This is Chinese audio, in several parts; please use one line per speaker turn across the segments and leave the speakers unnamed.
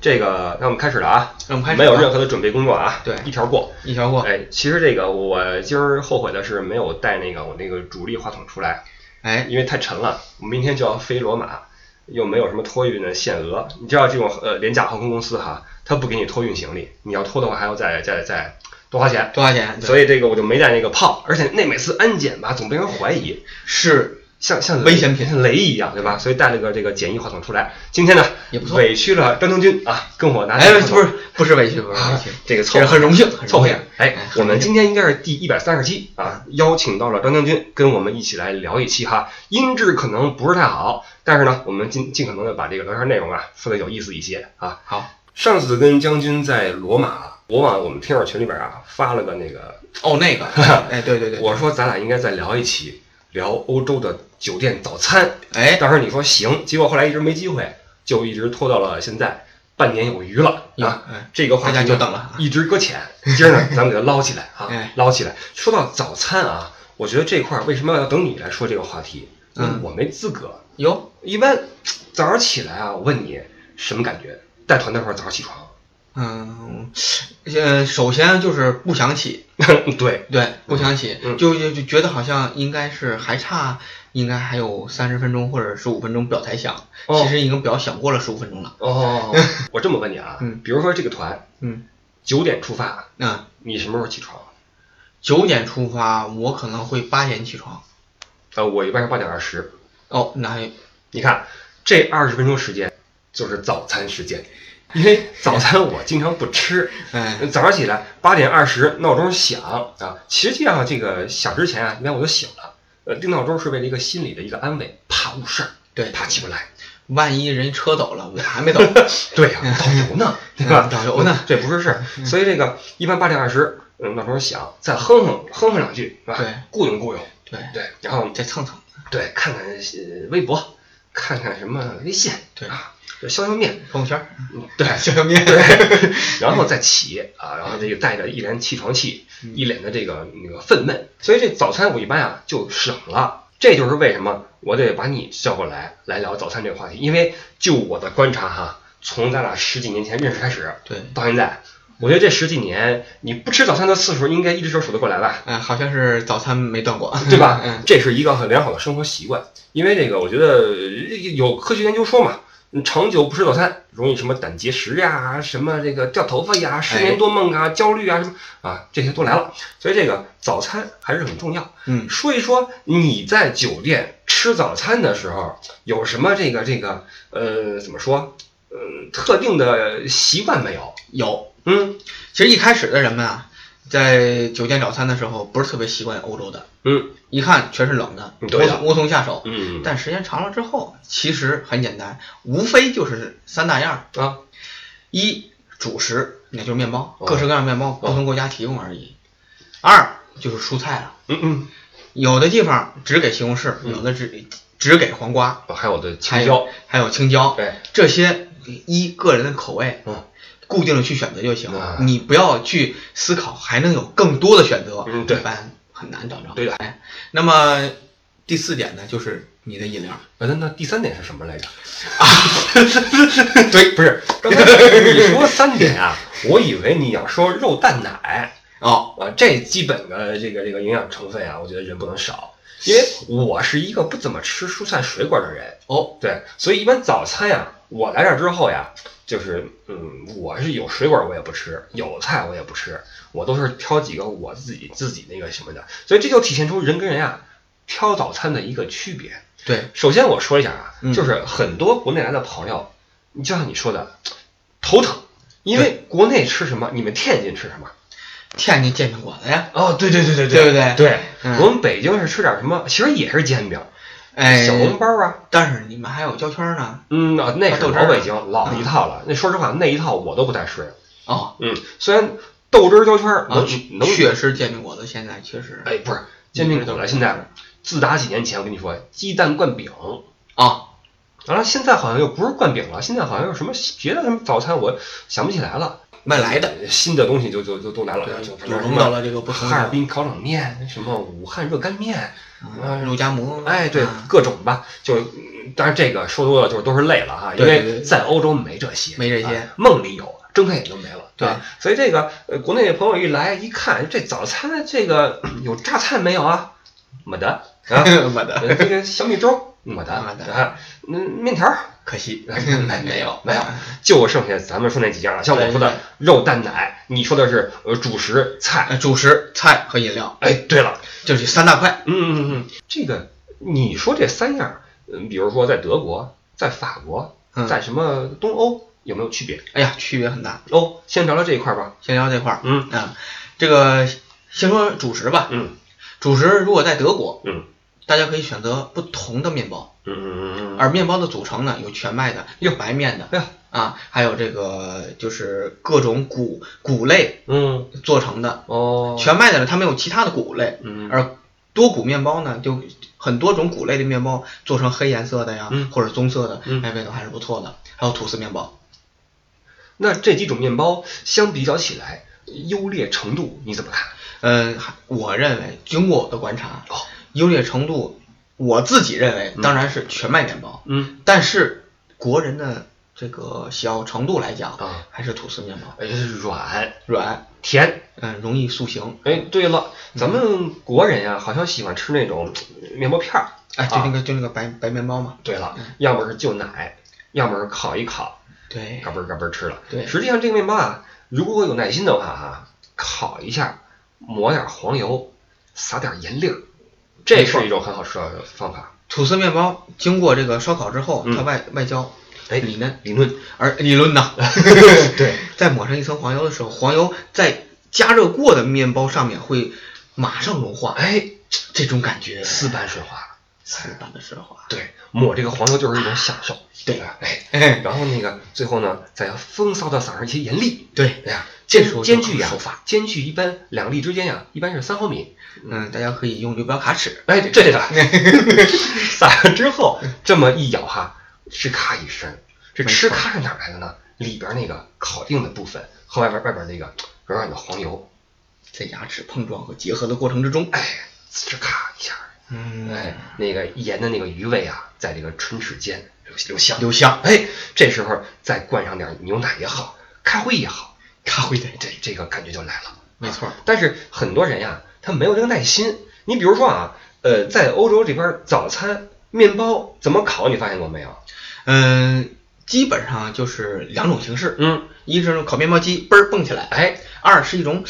这个那我们开始了啊，
让我们开始
没
吧
有任何的准备工作啊，
对
一条过。
一条过。
哎，其实这个我今儿后悔的是没有带那个我那个主力话筒出来，
哎，
因为太沉了。我明天就要飞罗马，又没有什么托运的限额。你知道这种呃廉价航空公司哈，它不给你托运行李，你要拖的话还要再再再多花钱。
多少钱？
所
以
以这个我就没带那个炮，而且那每次安检吧，总被人怀疑，
是
像像
危险品
像雷一样，对吧？所以带了个这个简易话筒出来。今天呢，
也不错
委屈了张将军啊，跟我拿
哎
这个，话筒
不是不是委屈，不是委
啊
屈，，
这个凑
这个
合
很荣幸，很
凑
荣
合
幸嗯
点。。哎
哎，
我们今天应该是第一百三十期啊，邀请到了张将军跟我们一起来聊一期哈，音质可能不是太好，但是呢，我们尽尽可能的把这个聊天内容啊说的有意思一些啊。
好，
上次跟将军在罗马，我往我们听友群里边啊发了个那个，
哦，那个，哎，对对对，
我说咱俩应该再聊一期聊欧洲的酒店早餐，
哎，
当时你说行，结果后来一直没机会，就一直拖到了现在，半年有余了
有
啊。
哎
这个话题
大家就
呢
等了啊
一直搁浅。今儿 呢，咱们给它捞起来啊
哎，
捞起来。说到早餐啊，我觉得这块儿为什么要等你来说这个话题？
嗯
我没资格。
哟，
一般早上起来啊，我问你什么感觉？带团那会儿早上起床，
嗯，呃，首先就是不想起，
对，
对，不想起，
嗯
就就就觉得好像应该是还差，应该还有三十分钟或者十五分钟表才响，
哦
其实已经表响过了十五分钟了。
哦， 我这么问你啊
嗯，
比如说这个团
嗯，
九点出发，
那
你什么时候起床？
九点出发，我可能会八点起床。
呃，我一般是八点二十。
哦，那还
你看这二十分钟时间就是早餐时间，因为早餐我经常不吃。
哎，
早上起来八点二十闹钟响啊，其实际上这个响之前啊，一般我就醒了。呃，定闹钟是为了一个心理的一个安慰，怕误事儿，
对
怕起不来。
万一人车走了，我还 没走，
对呀、导游呢，对吧？
嗯导游呢嗯
这不是事儿。所以这个一般八点二十，嗯，闹钟响，再哼哼哼哼两句，是吧？
对，
雇佣雇佣，
对，
对，然后
再蹭蹭，
对，看看呃微博，看看什么微信，
对
啊，就消消面，
朋友圈儿，
嗯对，
小小面，
对，然后再起啊，然后这个带着一脸起床气，一脸的这个那个愤懑，所以这早餐我一般啊就省了。这就是为什么我得把你叫过来来聊早餐这个话题，因为就我的观察哈，从咱俩十几年前认识开始
对，
到现在，我觉得这十几年你不吃早餐的次数应该一只手数得过来吧？
哎，好像是早餐没断过，
对吧
嗯，？
这是一个很良好的生活习惯，因为这个我觉得呃有科学研究说嘛，你长久不吃早餐容易什么胆结石呀、什么这个掉头发呀、失眠多梦啊、焦虑啊什么啊这些都来了，所以这个早餐还是很重要。
嗯，
说一说你在酒店吃早餐的时候有什么这个这个呃怎么说呃特定的习惯没有？
有。
嗯
其实一开始的人们啊，在酒店早餐的时候，不是特别习惯欧洲的，
嗯
一看全是冷的，
嗯
无
对的
从无从下手。
嗯
但时间长了之后，其实很简单，无非就是三大样儿：
啊
一主食，那就是面包，
哦
各式各样的面包，不同国家提供而已；二就是蔬菜了，
嗯嗯
有的地方只给西红柿，有的只只给黄瓜，
哦，还有我的嗯青
还
椒
有，还有青椒，
对，
这些依个人的口味，
嗯
固定的去选择就行，
啊
你不要去思考还能有更多的选择，
嗯对
一般很难找着。
对的
哎，那么第四点呢，就是你的饮料，
呃那那第三点是什么来着？
对，不是
刚才你说三点啊，我以为你要说肉蛋奶
哦，
啊，这基本的这个这个营养成分啊，我觉得人不能少，因为我是一个不怎么吃蔬菜水果的人，
哦，
对，所以一般早餐呀、我来这儿之后呀，就是嗯，我是有水果我也不吃，有菜我也不吃，我都是挑几个我自己自己那个什么的，所以这就体现出人跟人啊挑早餐的一个区别。
对，
首先我说一下啊，
嗯
就是很多国内来的朋友，你就像你说的，头疼，因为国内吃什么，你们天津吃什么？
天津煎饼果子呀，
哦，对对对对
对不对？，
对，
嗯
我们北京是吃点什么，其实也是煎饼、
哎
小，笼包啊，
但是你们还有胶圈呢，
嗯，啊那是
豆汁
老
儿嗯
北京老一套了。那说实话，那一套我都不太吃。
哦，
嗯，虽然豆汁儿胶圈儿
啊
能，能，
确实煎饼果子现在确实，
哎，不是煎饼果子，现在自打几年前我跟你说，鸡蛋灌饼。
啊，
完了，现在好像又不是灌饼了，现在好像有什么别的什么早餐，我想不起来了。
外来的，
新的东西就就就都拿老家去，
就融到了这个不同
哈尔
的
滨烤冷面，什么武汉热干面，
啊肉夹馍，
哎，对
啊，
各种吧。就嗯当然这个说多了就是都是累了哈，因
对对
为
对
在欧洲没这些，
没这些
啊梦里有，睁开眼就没了。
对
啊，所以这个呃，国内的朋友一来一看，这早餐这个嗯有榨菜没有啊？没得啊，
我的，
呃这个小米粥没 得
没得
啊，嗯，面条儿
可 惜
没没有没有
啊，
就剩下咱们说那几样了，像我说的肉蛋奶，你说的是呃主食菜。
呃主食、菜和饮料，
哎，对了，
就这三大块。
嗯嗯嗯，这个你说这三样儿，嗯，比如说在德国、在法国、
嗯
在什么东欧有没有区别？
哎呀，区别很大。
哦，先聊聊这一块儿吧。
先聊这块儿，
嗯
啊，这个先说主食吧。
嗯
主食如果在德国，
嗯
大家可以选择不同的面包，
嗯嗯嗯嗯，
而面包的组成呢，有全麦的，有白面的
哎呀，
啊，还有这个就是各种谷谷类
嗯
做成的。
哦，
全麦的呢，它没有其他的谷类，
嗯
而多谷面包呢，就很多种谷类的面包做成黑颜色的呀，
嗯
或者棕色的，
嗯
哎，味道还是不错的。还有吐司面包，
那这几种面包相比较起来，优劣程度你怎么看？
嗯，还我认为经过我的观察，
哦，
优劣程度，我自己认为当然是全麦面包，
嗯
但是国人的这个喜好程度来讲，
啊，
还是吐司面包
哎，软
软，
甜。
嗯，容易塑形。
哎，对了，咱们国人呀，好像喜欢吃那种呃面包片儿。
哎，就
啊
那个、就那个白白面包嘛，
对了
嗯，
要么是就奶，要么是烤一烤，
对
嘎，嘣儿嘎嘣儿吃了。
对
实际上这个面包啊，如果有耐心的话哈、烤一下，抹点黄油，撒点盐粒儿，这是一种很好吃的方法。
吐司面包经过这个烧烤之后，
嗯
它外外焦
哎，
里嫩，
理论，
而理论呢，
对，
在抹上一层黄油的时候，黄油在加热过的面包上面会马上融化，
哎，
这种感觉
丝般顺滑。
丝般的啊奢华。
对，抹这个黄油就是一种享受。
对
哎，
哎，
然后那个最后呢，再风骚的撒上一些盐粒。
对，
哎呀，
这时候就
间
很
距呀
手法，
间距一般两粒之间呀，一般是三毫米。
嗯，大家可以用游标卡尺，
哎，对对对，撒上 之后这么一咬哈，吃咔一声，这吃咔是哪儿来的呢？里边那个烤定的部分和外边外边那个软软的黄油，
在牙齿碰撞和结合的过程之中，
哎，吃咔一下，
嗯
哎，那个盐的那个余味啊，在这个唇齿间留留香。
留香，
哎，这时候再灌上点牛奶也好，咖啡也好，
咖啡的，
这这个感觉就来了。
没错，
但是很多人呀，他没有这个耐心。你比如说啊，呃，在欧洲这边早餐面包怎么烤，你发现过没有？
嗯，基本上就是两种形式，
嗯，
一是烤面包机嘣儿蹦起来，
哎，
二是一种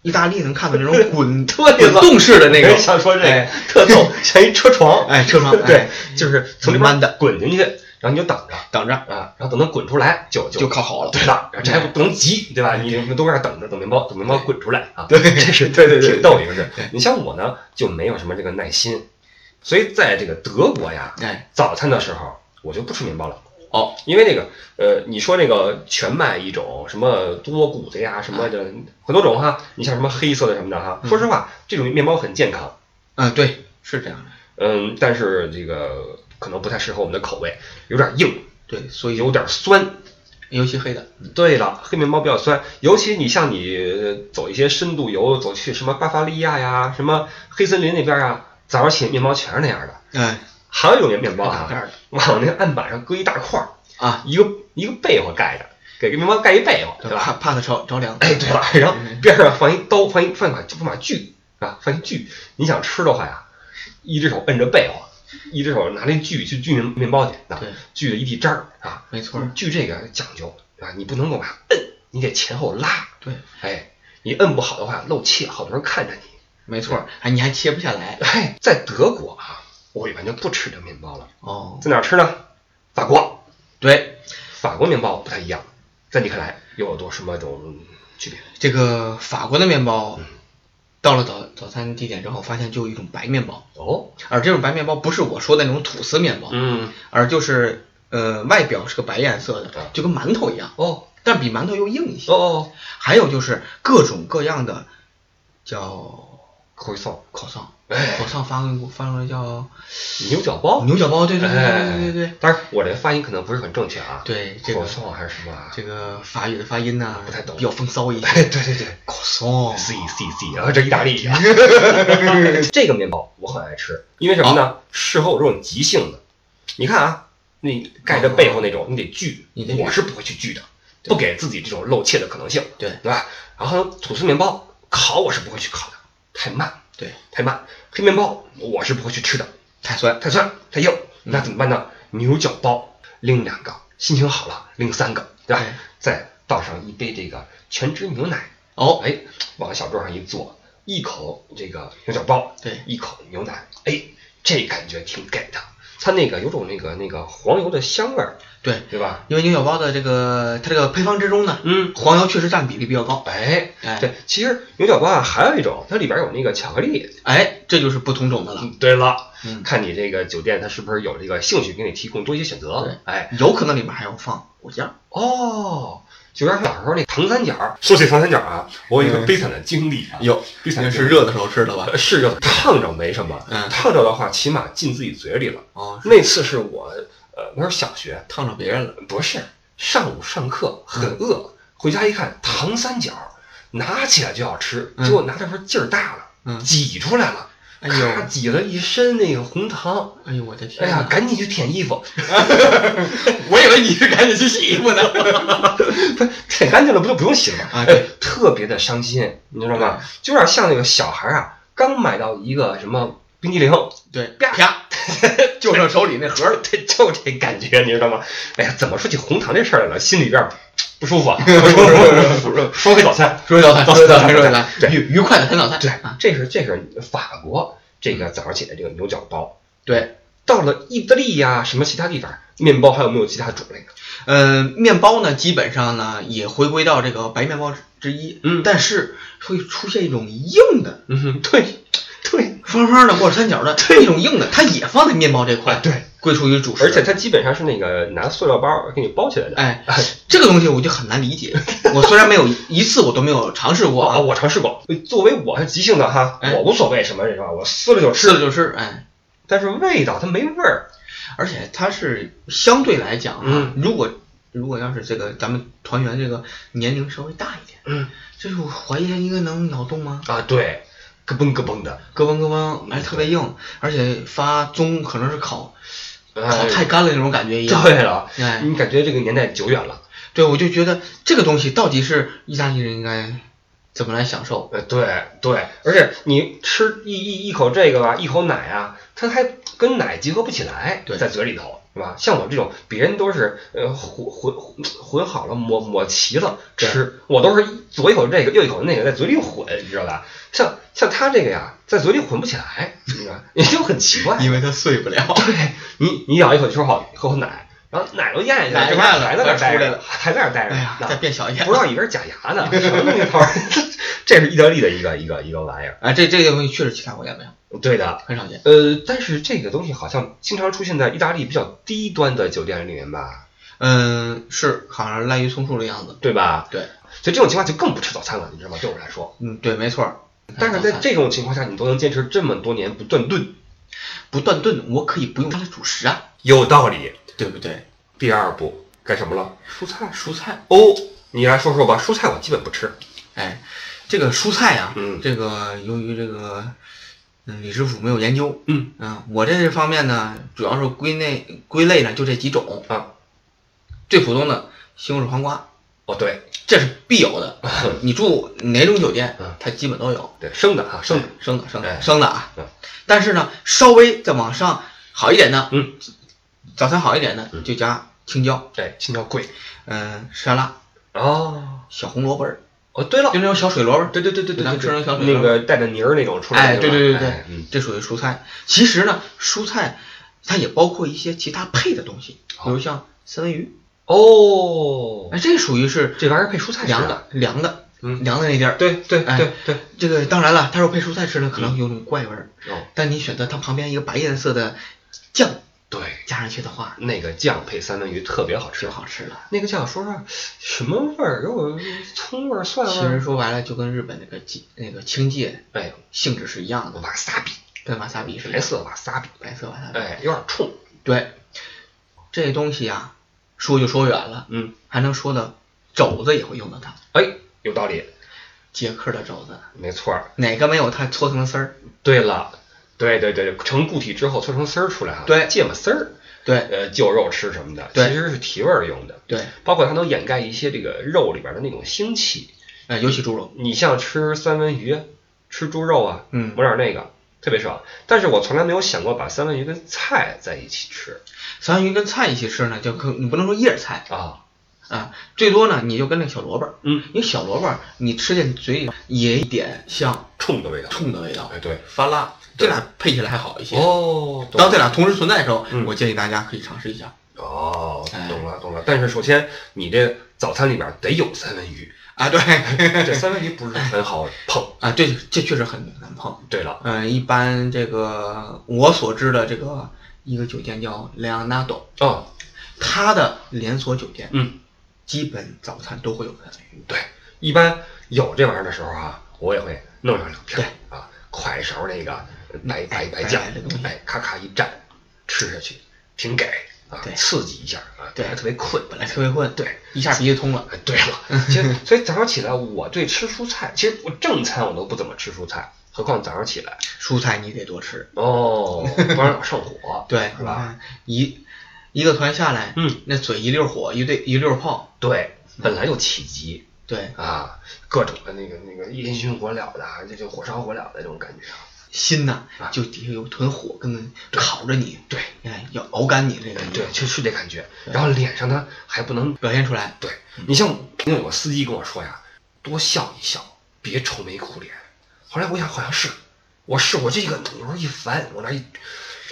意大利能看到那种滚
对
滚
了
动式的那
个
个，
想说这个
哎
特 逗，像一车床，
哎，车窗，
对
哎，，
就是从里
慢
边
慢地
滚进去，然后你就等着
等着
啊，然后等它滚出来就就
就烤好了
对了，这还不能急，对吧？你你都在那等着，等面包，等面包滚出来啊。
对
这是
对对对
挺逗一个事
对。
你像我呢，就没有什么这个耐心，所以在这个德国呀，
哎，
早餐的时候我就不吃面包了。
哦，
因为那个，呃，你说那个全麦一种什么多谷的呀，什么的很多种哈，你像什么黑色的什么的哈，说实话，这种面包很健康，
嗯，对，是这样的，
嗯，但是这个可能不太适合我们的口味，有点硬，
对，所以
有点酸。
尤其黑的，
对了，黑面包比较酸，尤其你像你呃走一些深度游，走去什么巴伐利亚呀，什么黑森林那边啊，早上起面包全是那样的。
哎，
还有一种面包
黑
啊，
的
往那个案板上搁一大块儿，
啊，
一个一个被窝盖着，给个面包盖一被窝，对吧？
怕怕它着着凉，
哎，对了， 然后边上放一刀，放一放一把放把锯啊，放一锯。你想吃的话呀，一只手摁着背后，一只手拿那锯去锯面面包去，啊
对，
锯的一地渣儿啊。
没错，
锯这个讲究啊，你不能够把它摁，你得前后拉。
对，
哎，你摁不好的话漏气，好多人看着你。
没错，哎，你还切不下来，
哎，在德国啊，我一般就不吃这面包了，
哦，
在哪儿吃呢？法国，
对，
法国面包不太一样，在你看来又有多什么种区别？
这个法国的面包，到了早早餐地点之后，发现就有一种白面包，
哦，
而这种白面包不是我说的那种吐司面包，
嗯，
而就是呃外表是个白颜色
对
的，就跟馒头一样，
哦，
但比哦馒头又硬一些。
哦哦，
还有就是各种各样的叫
口送
口上，
哎
口上发过发过来叫哦
牛角包。
牛角包，对对对
哎
对对对
当然我这发音可能不是很正确啊，
对，对这
口
个
送还是什么啊？
这个法语的发音呢，
不太懂
比较风骚一
哎，
些。
对对对
口送，
，C C C，然后这意大利啊， 这个面包我很爱吃，因为什么
啊
呢？事后这种急性的，你看啊，你盖着背后那种，你得锯
啊你得，锯
我是不会去锯的，不给自己这种露怯的可能性，
对
对吧？然后吐司面包烤我是不会去烤的，太慢，
对，
太慢。黑面包我是不会去吃的，
太酸，
太酸太硬，那怎么办呢？牛角包拎两个，心情好了拎三个，对吧
对？
再倒上一杯这个全脂牛奶，
哦，
哎，往小桌上一坐，一口这个牛角包，
对
一口牛奶，哎，这感觉挺给的。它那个有种那个那个黄油的香味儿，
对，
对吧？
因为牛角包的这个它这个配方之中呢，
嗯，
黄油确实占比例比较高。
哎，
哎
对，其实牛角包啊，还有一种，它里边有那个巧克力。
哎，这就是不同种的了，
嗯对了，
嗯，
看你这个酒店它是不是有这个兴趣给你提供多一些选择
对？
哎，
有可能里面还有放果酱。
哦，就像小时候那糖三角。说起糖三角啊，我有一个
嗯
悲惨的经历啊，
有，
悲惨的
那是热的时候吃的吧？
呃是有烫着没什么，
嗯
烫着的话起码进自己嘴里了。
哦，
那次是我呃那时候小学，
烫着别人了。
不是上午上课
嗯
很饿，回家一看糖三角，拿起来就要吃，
嗯
结果拿的时候劲儿大了，
嗯，
挤出来了，
哎
咔
呦，
挤了一身那个红糖。
哎呦，我的
哎
天
呀，
哪！
赶紧去舔衣服，
我以为你是赶紧去洗衣服呢。
不是舔干净了不就不用洗了吗？
啊对
哎，特别的伤心，你知道吗？就有点像那个小孩啊，刚买到一个什么冰激凌，
对，啪， 就剩手里那盒了。
对，就这感觉，你知道吗？哎呀，怎么说起红糖这事儿来了，心里边儿不舒服 啊。不舒服不舒服说回早餐，
说一道菜，说一道菜，说一道
对
菜，愉愉快的谈早餐。
对
啊，，
这是这是法国这个早上起来这个牛角包，
对，
到了意大利呀、什么其他地方，面包还有没有其他种类呢？
呃，面包呢，基本上呢也回归到这个白面包之之一，
嗯
但是会出现一种硬的
嗯哼，对对
方方的或者三角的这种硬的，它也放在面包这块，
啊，对，
归属于主食。
而且它基本上是那个拿塑料包给你包起来的。
哎， 这个东西我就很难理 解。我虽然没有一次我都没有尝试过
我啊，
啊，
我尝试过，作为我是急性的哈，
哎
我无所谓什么这种，我撕了就
吃了
吃，
就吃，哎，
但是味道它没味儿。
而且它是相对来讲啊
嗯，
如果如果要是这个咱们团员这个年龄稍微大一点，
嗯
就是我怀疑它应该能咬动吗？
啊，对，咯嘣咯嘣的，
咯嘣咯嘣，哎，特别硬，而且发棕可能是烤烤
哎
太干了那种感觉一样。
对了，
哎，
你感觉这个年代久远了。
对，我就觉得这个东西到底是意大利人应该怎么来享受？
呃，对对，而且你吃一一一口这个吧，一口奶啊，它还跟奶结合不起来，
对
在嘴里头是吧？像我这种，别人都是呃混混混好了，抹抹齐了
对
吃，我都是左一口这个，右一口那个，在嘴里混，你知道吧？像像他这个呀，在嘴里混不起来，你知道吧，你就很奇怪。
因为它碎不 了。
对你，你咬一口就说好，喝口奶，然后奶都咽下
奶
去，这玩意儿
咽了
哎还在那儿
出
待
来
着
了，
还在那儿待着
哎呀，
呢
再变小一点
不。知 道以为是假牙呢，什么东西头儿？ 这是意大利的一个一个一个玩意儿。
哎，这这个东西确实其他国家没有，
对的，
很少见。
呃，但是这个东西好像经常出现在意大利比较低端的酒店里面吧，
嗯，是好像滥竽充数的样子。
对吧？
对，
所以这种情况就更不吃早餐了，你知道吗？对我来说，
嗯，对，没错儿。
但是在这种情况下，你都能坚持这么多年不断顿，
不断炖，我可以不用它的主食啊，
有道理。
对不对？
第二步干什么了？蔬菜
蔬菜，
哦，你来说说吧，蔬菜我基本不吃。
哎，这个蔬菜啊，
嗯
这个由于这个，嗯，李师傅没有研究，
嗯
啊，我这方面呢，主要是归类归类呢，就这几种
啊。
最普通的西红柿黄瓜，
哦，对，
这是必有的。你住哪种酒店
嗯，
它基本都有
对，生的哈，生的。
生的生的
哎
生的啊
嗯。
但是呢，稍微再往上好一点的，
嗯，
早餐好一点的
嗯
就加青椒，
对，哎青椒贵。
嗯，沙拉，
哦，
小红萝卜儿，
哦，对了
就，那种小水萝卜儿，
对对对对对，
咱们吃成小水
那个带着泥儿那种出来
哎，
的，
对
吧
对对对
哎，嗯，
这属于蔬菜。其实呢，蔬菜它也包括一些其他配的东西，比如像三文鱼，
哦，
哎，这属于是
这玩意儿配蔬菜吃
凉
的，
的，凉的，
嗯
凉的那地儿。
对对
哎
对嗯对，
这个当然了，哎它说配蔬菜吃呢，可能有种怪味儿，
哦，
但你选择它旁边一个白颜色的酱，
对，
加上去的话
那个酱配三文鱼特别好吃
就。好吃了。
那个酱说说什么味儿？给我葱味儿、蒜味
其
儿
实。说白了，就跟日本那个鸡那个青芥
哎，
性质是一样的，
瓦萨比，
跟瓦萨比是一
白
样
色瓦萨比，
白色瓦萨比。
哎，有点冲。
对，这东西啊，说就说远了，
嗯，
还能说到肘子也会用得到，
哎，有道理，
捷克的肘子
没错儿。
哪个没有它搓成的丝儿？
对了，对对对，成固体之后搓成丝儿出来哈。啊
对
芥末丝儿，
对
呃，就肉吃什么的，
对
其实是提味儿用的。
对，
包括它能掩盖一些这个肉里边的那种腥气。
呃，尤其猪肉，
你像吃三文鱼、吃猪肉啊，
嗯
抹点那个特别爽。但是我从来没有想过把三文鱼跟菜在一起吃
三文鱼跟菜一起吃呢，就可你不能说叶儿菜
啊。
啊，最多呢你就跟那个小萝卜儿，
嗯，
因为小萝卜儿你吃进嘴里也有一点像
冲的味道。
冲的味道，
哎，对。
发辣，这俩配起来还好一些。
哦，懂
当这俩同时存在的时候，
嗯
我建议大家可以尝试一下
哦，
哎
懂了懂了。但是首先，你这早餐里边得有三文 鱼，
啊，对
这三文鱼不是很好碰。
啊，这这确实很难碰。
对了，
嗯，一般这个我所知的这个一个酒店叫莱昂纳多，
哦，
它的连锁酒店
嗯，
基本早餐都会有三文鱼。
对，一般有这玩意儿的时候啊，我也会弄上两片儿啊，快一勺那个白白白酱
白白的东，西
哎，咔咔一蘸，吃下去挺给啊
对，
刺激一下啊，
对
还特别困。
本来特别混，
对，
一下鼻子通了。
哎 对了，其实所以早上起来，我对吃蔬菜，其实我正餐我都不怎么吃蔬菜，何况早上起来
蔬菜你得多吃，。
哦，不然上火
对，
是吧？
一一个团下来，
嗯，
那嘴一溜火，一对一溜泡，
对，本来就起急
对，
啊，各种的那个那个烟熏火燎的啊，这就火烧火燎的这种感觉啊。
心呐
啊
就底下有团火跟烤着你，
对，
哎，要熬干你这个
对
你
对，就是这感觉。然后脸上呢还不能
表现出来。
对你像曾经有个司机跟我说呀，多笑一笑，别愁眉苦脸。后来我想好像是，我是我这个有时候一烦，往那一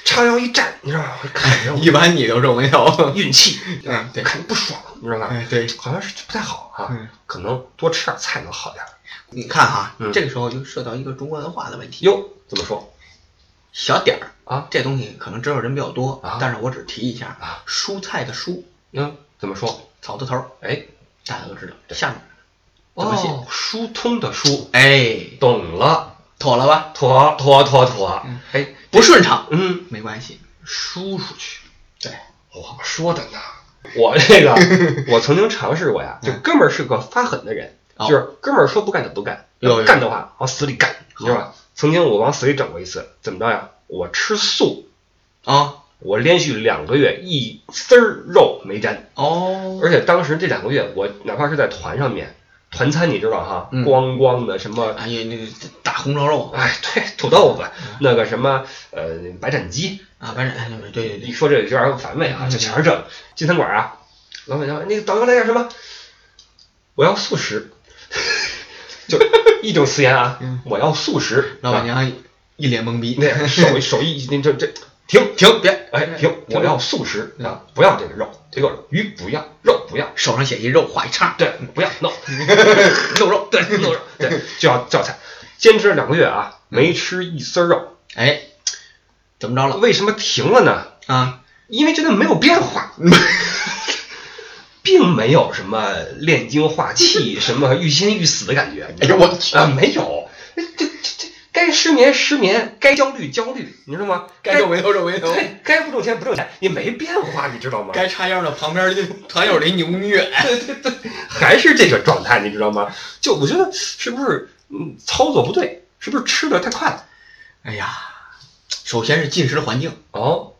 叉腰一站，你知道吗？我看着我
一般你都皱眉 头，
运气，
嗯对
看着不爽，你知道吧？
哎，对，
好像是不太好啊，
嗯
可能多吃点菜能好点儿。
你看哈，
嗯
这个时候就涉到一个中国文化的问题。
哟，怎么说
小点儿，
啊？
这东西可能知道人比较多，
啊
但是我只提一下
啊，
蔬菜的蔬，
嗯，怎么说？
草字头儿，
哎，
大家都知道。下面怎么写？
哦，疏通的疏，
哎，
懂了，
妥了吧？
妥妥妥妥
嗯，
哎，
不顺畅
嗯，
没关系，
输出去。
对，
我说的呢，我这 个我曾经尝试过呀，这哥们儿是个发狠的人，
嗯哦
就是哥们儿说不干就不干
有有，
干的话往死里干，你知道
哦
吧？曾经我往死里整过一次，怎么着呀？我吃素，
啊，
我连续两个月一丝儿肉没沾，
哦，
而且当时这两个月我哪怕是在团上面，团餐你知道哈，
嗯
光光的什么。
哎呀，那个大红烧肉
哎，对，土豆子，
嗯
那个什么，呃，白斩鸡，
啊，反正哎，对对
一
对，
说这有点反胃啊，
嗯
就全是这个。进餐馆啊，老板娘，那个导游来点什么？我要素食， 就义正辞严啊
嗯，
我要素食。啊
老板娘一脸懵逼，
那手一手一那这这停
停嗯别，
哎停，我要素食啊，不要这个肉，这个鱼不要，肉不要，
手上写一肉，画一叉，
对，不要 no
肉肉，对，
no 肉，对，就要叫菜。坚持了两个月啊，没吃一丝儿肉，
哎，怎么着了
为什么停了呢？
啊？
因为真的没有变化， 并没有什么炼精化气、什么欲仙欲死的感觉。
哎呦我去
啊，没有，这这这该失眠失眠，该焦虑焦虑，你知道吗？该
皱眉头皱眉头，
对，该不挣钱不挣钱，也没变化，你知道吗？
该叉腰的旁边就团友离你五米远，
还是这个状态，你知道吗？就我觉得是不是嗯操作不对，是不是吃的太快了？
哎呀，首先是进食的环境，
哦，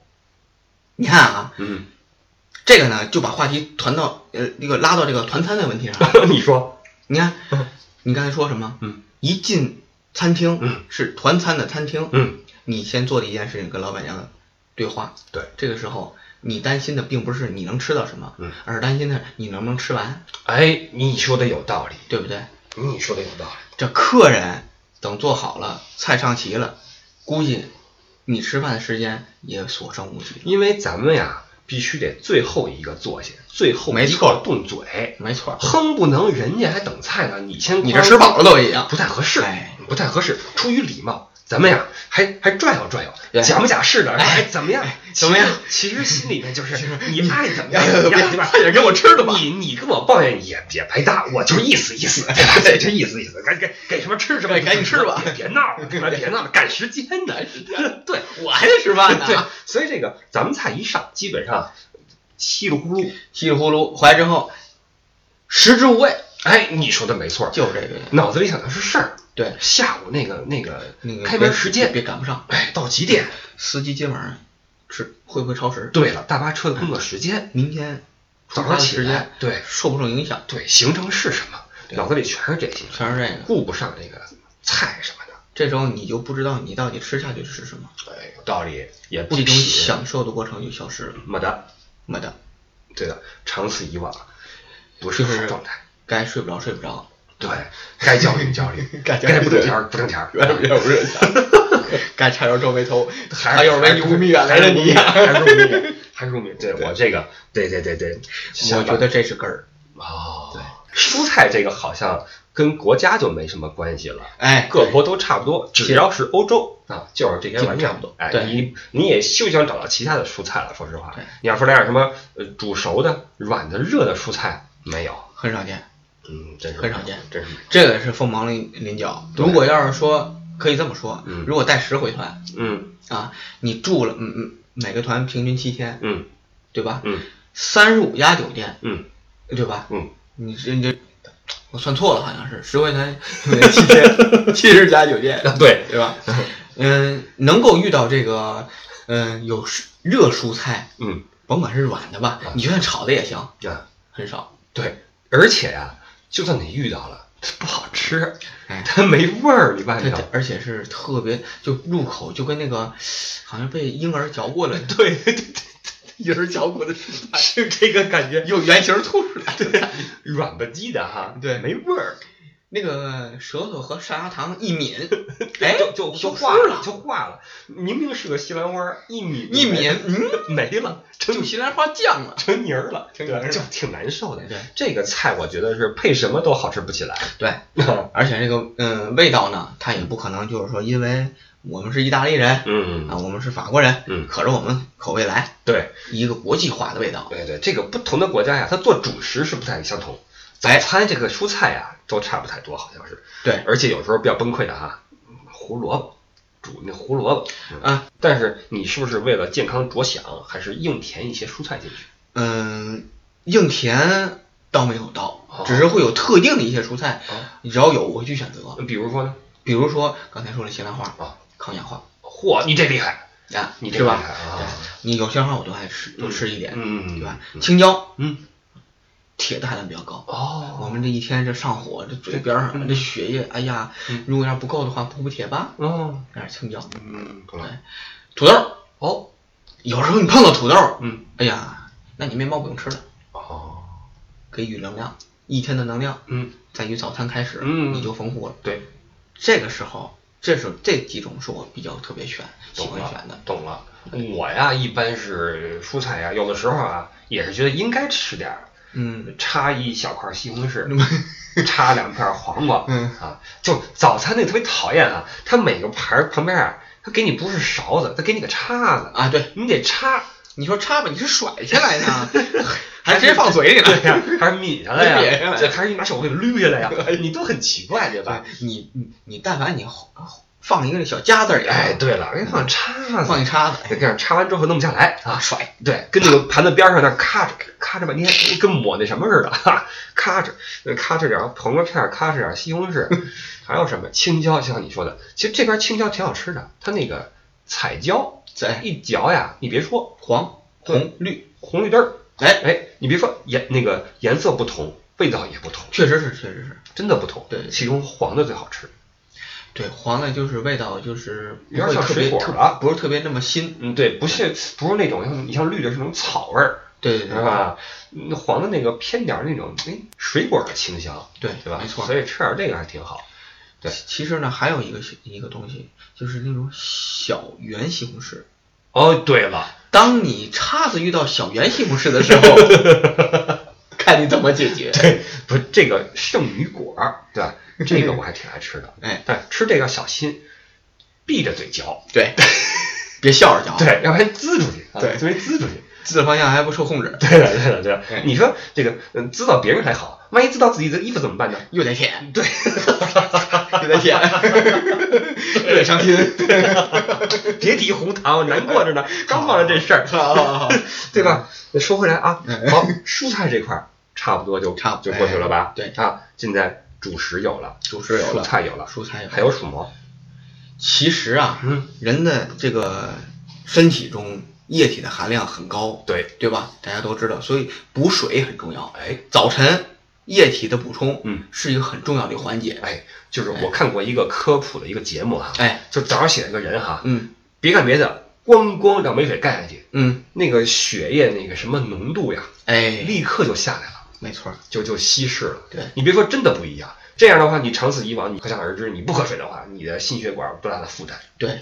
你看啊，
嗯，
这个呢就把话题团到呃那个拉到这个团餐的问题上 来。
你说，
你看
嗯，
你刚才说什么？
嗯，
一进餐厅，
嗯，
是团餐的餐厅，
嗯，
你先做的一件事情跟老板娘对话。
对，
这个时候你担心的并不是你能吃到什么，
嗯，
而是担心的是你能不能吃完，
哎，你说的有道理，
对不对？
你说的有道理。
这客人等做好了，菜上齐了，估计你吃饭的时间也所剩无几了。
因为咱们呀，必须得最后一个坐下，最后
没
一
错
个动嘴，
没错，
哼不能人家还等菜呢，你先
你这吃饱了都一样。
啊不太合适
哎，
不太合适。出于礼貌，咱们呀还还转悠转悠，
对
假模假式的，哎，怎么样？
怎么样
其实？其实心里面 就是你爱怎么样
哎
怎么
别
样，对吧？
快点给我吃的吧哎
你你跟我抱怨也也白搭，我就是意思意思，对吧这这意思意思，赶给给什么吃什么，
赶赶紧吃吧
别别闹了，对吧别闹了，赶时间呢， 对，
我还得吃饭
对
呢。，
所以这个咱们菜一上，基本上稀里呼噜，
稀里糊涂回来之后，食之无味，
哎，你说的没错，
就是这个原因。
脑子里想的是事儿，
对，
下午那个那个
那个
开门时间，
别别赶不上，
哎，到几点？
司机今晚上吃会不会超时？，
对了，大巴车的工作时间，
明天
早
出发
上
的
起
时
来
间，
对
受不受影响？
对，行程是什么？
对
脑子里全是这些，
全是这个。
顾不上这个菜什么的。
这时候你就不知道你到底吃下去是什么，
哎，有道理，也不
这种
品，
享受的过程就消失了，
没得，
没的，
对的，长此以往，不是
就
好
是
状态。
该睡不着睡不着，
对，该焦虑不焦虑
，该焦虑
该不挣钱儿不挣钱 儿，
不是， 该柴油皱眉头，
还
还有人离我们远来了你啊呀
还是入迷，还是入迷。对我这个，对对对对，
我觉得这是根儿。
哦，对，蔬菜这个好像跟国家就没什么关系了。
哎，
各国都差不多，只要是欧洲啊，就是这些玩意
基本
儿
差不多。
哎，
对
你你也休想找到其他的蔬菜了。说实话
对，
你要说那点什么呃煮熟的、软的、热的蔬菜没有，
很少见，
嗯，真是
很少见
真是没有。
这个是凤毛麟麟角。
对
如果要是说可以这么说
嗯，
如果带十回团
嗯
啊，你住了嗯嗯每个团平均七天，
嗯
对吧？
嗯
三十五家酒店，
嗯
对吧？
嗯，
你这你这我算错了，好像是十回 团七天七十家酒店，
对，
对吧？嗯，能够遇到这个嗯有蔬热蔬菜，
嗯
甭管是软的吧，你就算炒的也行，
啊，
很少。
对，而且呀，就算你遇到了，它不好吃，
哎，
它没味儿，你发
它
现没有？
而且是特别就入口就跟那个好像被婴儿嚼过了，
对对 对，
婴儿嚼过的蔬菜，
是这个感觉，
有圆形吐出来的。
软吧唧的哈，
对
没味儿，
那个舌头和砂糖一抿，哎，
就就就
消失
化了，
了，
就化了。明明是个西兰花，一米
一抿， 嗯，
没了，
就
成
西兰花酱 了。
成泥儿了，
成泥儿了
对就挺难受的。
对
这个菜我觉得是配什么都好吃不起来。
对，而且这个嗯味道呢，它也不可能就是说，因为我们是意大利人啊，
嗯，
我们是法国人，
嗯
可着我们口味来，
对
一个国际化的味道。
对对，这个不同的国家呀，它做主食是不太相同。
哎
早餐这个蔬菜呀，都差不太多，好像是。
对，
而且有时候比较崩溃的哈，胡萝卜煮那胡萝卜嗯
啊，
但是你是不是为了健康着想，还是硬填一些蔬菜进去？
嗯，硬甜倒没有到
哦，
只是会有特定的一些蔬菜
哦，
你只要有我会去选择。
比如说呢？
比如说刚才说了西兰花
啊，
抗氧化
嚯，你这厉害！
啊，
你这
是
厉
吧
害？啊
对你有西兰花我都爱吃，多吃一点，
嗯
对吧
嗯？
青椒
嗯，
铁的含量比较高。我
哦，
们这一天这上火，这嘴边
嗯
上这血液，哎呀，如果要不够的话，补补铁吧，
哦，
加点青椒，
嗯，不赖。
对，土豆，
哦，
有时候你碰到土豆，
嗯，
哎呀，那你面包不用吃了，
哦，
给予能量，一天的能量
嗯，
在于早餐开始，
嗯
你就丰富了。
对，
这个时候，这是这几种是我比较特别选喜
懂
欢
了
选的，
懂了。我呀，一般是蔬菜呀，有的时候啊，也是觉得应该吃点儿，
嗯，
插一小块西红柿，插两片黄 瓜，
嗯
啊，就早餐那个特别讨厌啊，它每个盘儿旁边啊，它给你不是勺子，它给你个叉子，
啊，对，
你得插，
你说插吧，你是甩下来的， 还直接放嘴里
啊对啊
了？
呀、 还是抿下来呀、哎
抿下来
这还是你拿手给捋下来呀、你都很奇怪，对吧？
哎你你你，但凡你放一个那小夹子儿也好，
哎，对了，给你放叉子，
放一叉子，哎
这样插完之后弄不下来啊，
甩，
对，跟那个盘子边上那儿咔着咔着半天，跟抹那什么似的，哈，咔着呃咔着点儿黄瓜片儿，咔着点儿西红 柿，还有什么青椒，就像你说的，其实这边青椒挺好吃的，它那个彩椒
在
一嚼呀，你别说
黄
对
红绿，
红绿灯儿，
哎，
哎，你别说颜那个颜色不同，味道也不同，
确实是，确实是
真的不同。
对
其中黄的最好吃。
对黄的，就是味道就是不
有点
会
像
特别
水果
特
了啊
不是特别那么新，
嗯，对，不是不是那种像你像绿的是那种草味儿，
对对
是
对
吧？那黄的那个偏点儿那种哎水果的清香，
对
对吧？
没错
所以吃点儿这个还挺好。对
其其实呢，还有一个一个东西，就是那种小圆西红柿。
哦，对了，
当你叉子遇到小圆西红柿的时候， 看你怎么解决。
对，不是这个 圣女果儿，对吧，这个我还挺爱吃的。
哎，
但吃这个要小心，闭着嘴嚼，
对，别笑着嚼，，
对，要不然滋出去，啊
对
特别滋出 去。
滋的方向还不受控制，
对了，对了，对了
对，
你说这个，嗯，滋到别人还好，万一滋到自己的衣服怎么办呢？
又得舔，对， 又得舔，又得伤心，
别提红糖，我难过着呢，刚忘了这事儿，
啊，
对吧？那说回来啊，
嗯
好，蔬菜这块儿差不多就
差不
就
多哎
过去了吧？
对
啊，现在主食有了，
主食有
蔬
了，
菜有了，
蔬菜有了
还有什么？
其实啊，
嗯，
人的这个身体中液体的含量很高，
对，
对吧？大家都知道，所以补水很重要。
哎
早晨液体的补充，
嗯，
是一个很重要的环节。
哎，就是我看过一个科普的一个节目哈，
哎，
就早上起来一个人哈，
嗯
别干别的，咣咣让美水干下去，
嗯，
那个血液那个什么浓度呀，
哎，
立刻就下来了，
没错儿，
就就稀释了。
对，
你别说真的不一样，这样的话，你长此以往，你可想而知，你不喝水的话，你的心血管有多大的负担？
对，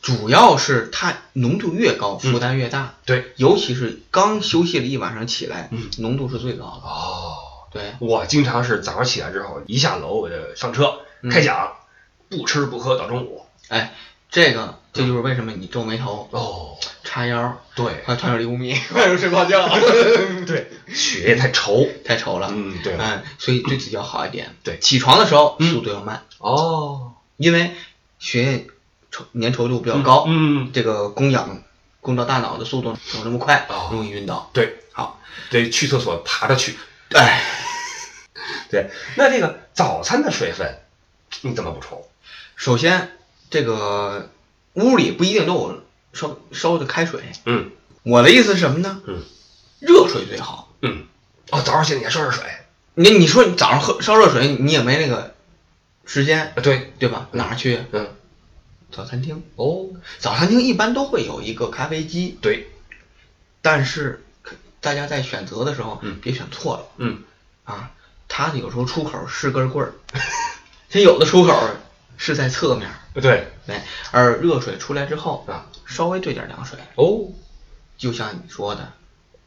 主要是它浓度越高，
嗯
负担越大。
对，
尤其是刚休息了一晚上起来，
嗯
浓度是最高的。
哦，
对，
我经常是早上起来之后，一下楼我就上车
嗯
开讲，不吃不喝到中午。
哎，这个这就是为什么你皱眉头、
哦，
叉腰，
对
快穿点利物密，快点睡不着觉，
对，血液太稠。
太稠了。
嗯，对了，
嗯，所以对自己要好一点。
对
起床的时候
嗯
速度要慢，
哦，
因为血液稠粘稠度比较高，
嗯，
这个供氧供到大脑的速度没有那么快，
哦
容易晕倒。
对，
好，
得去厕所爬着去。
哎，
对，那这个早餐的水分你怎么补充？
首先这个屋里不一定都有烧烧的开水，
嗯
我的意思是什么呢？
嗯
热水最好。
嗯，哦，早上起来你还烧热水？
你你说你早上喝烧热水，你也没那个时间，
啊，对，
对吧？哪儿去？
嗯，
早餐厅，
哦，
早餐厅一般都会有一个咖啡机，
对，
但是可大家在选择的时候，
嗯
别选错了
嗯，
啊！它有时候出口是根棍儿， 它有的出口是在侧面，
对
对，而热水出来之后
啊，
稍微兑点凉水，
哦，
就像你说的，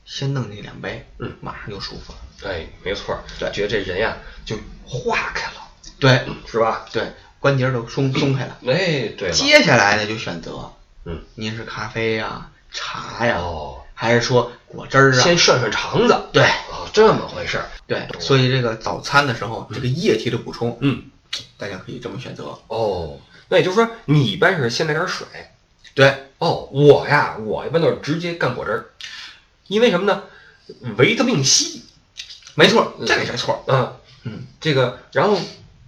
先弄那两杯，
嗯
马上就舒服了。
哎，没错儿，
对
觉得这人呀就化开了，
对
是吧？
嗯对，关节 都松松开了。
哎，对了，
接下来呢，就选择
嗯，
您是咖啡呀、茶呀，
哦，
还是说果汁儿啊？
先涮涮肠子。
对
哦，这么回事儿。
对，所以这个早餐的时候，这个液体的补充，
嗯，
大家可以这么选择。
哦，那也就是说你一般是先来点水。
对，
哦，我呀，我一般都是直接干果汁儿，因为什么呢？维他命 C
没错，
嗯
这个没错。
啊，
嗯，
这个，然后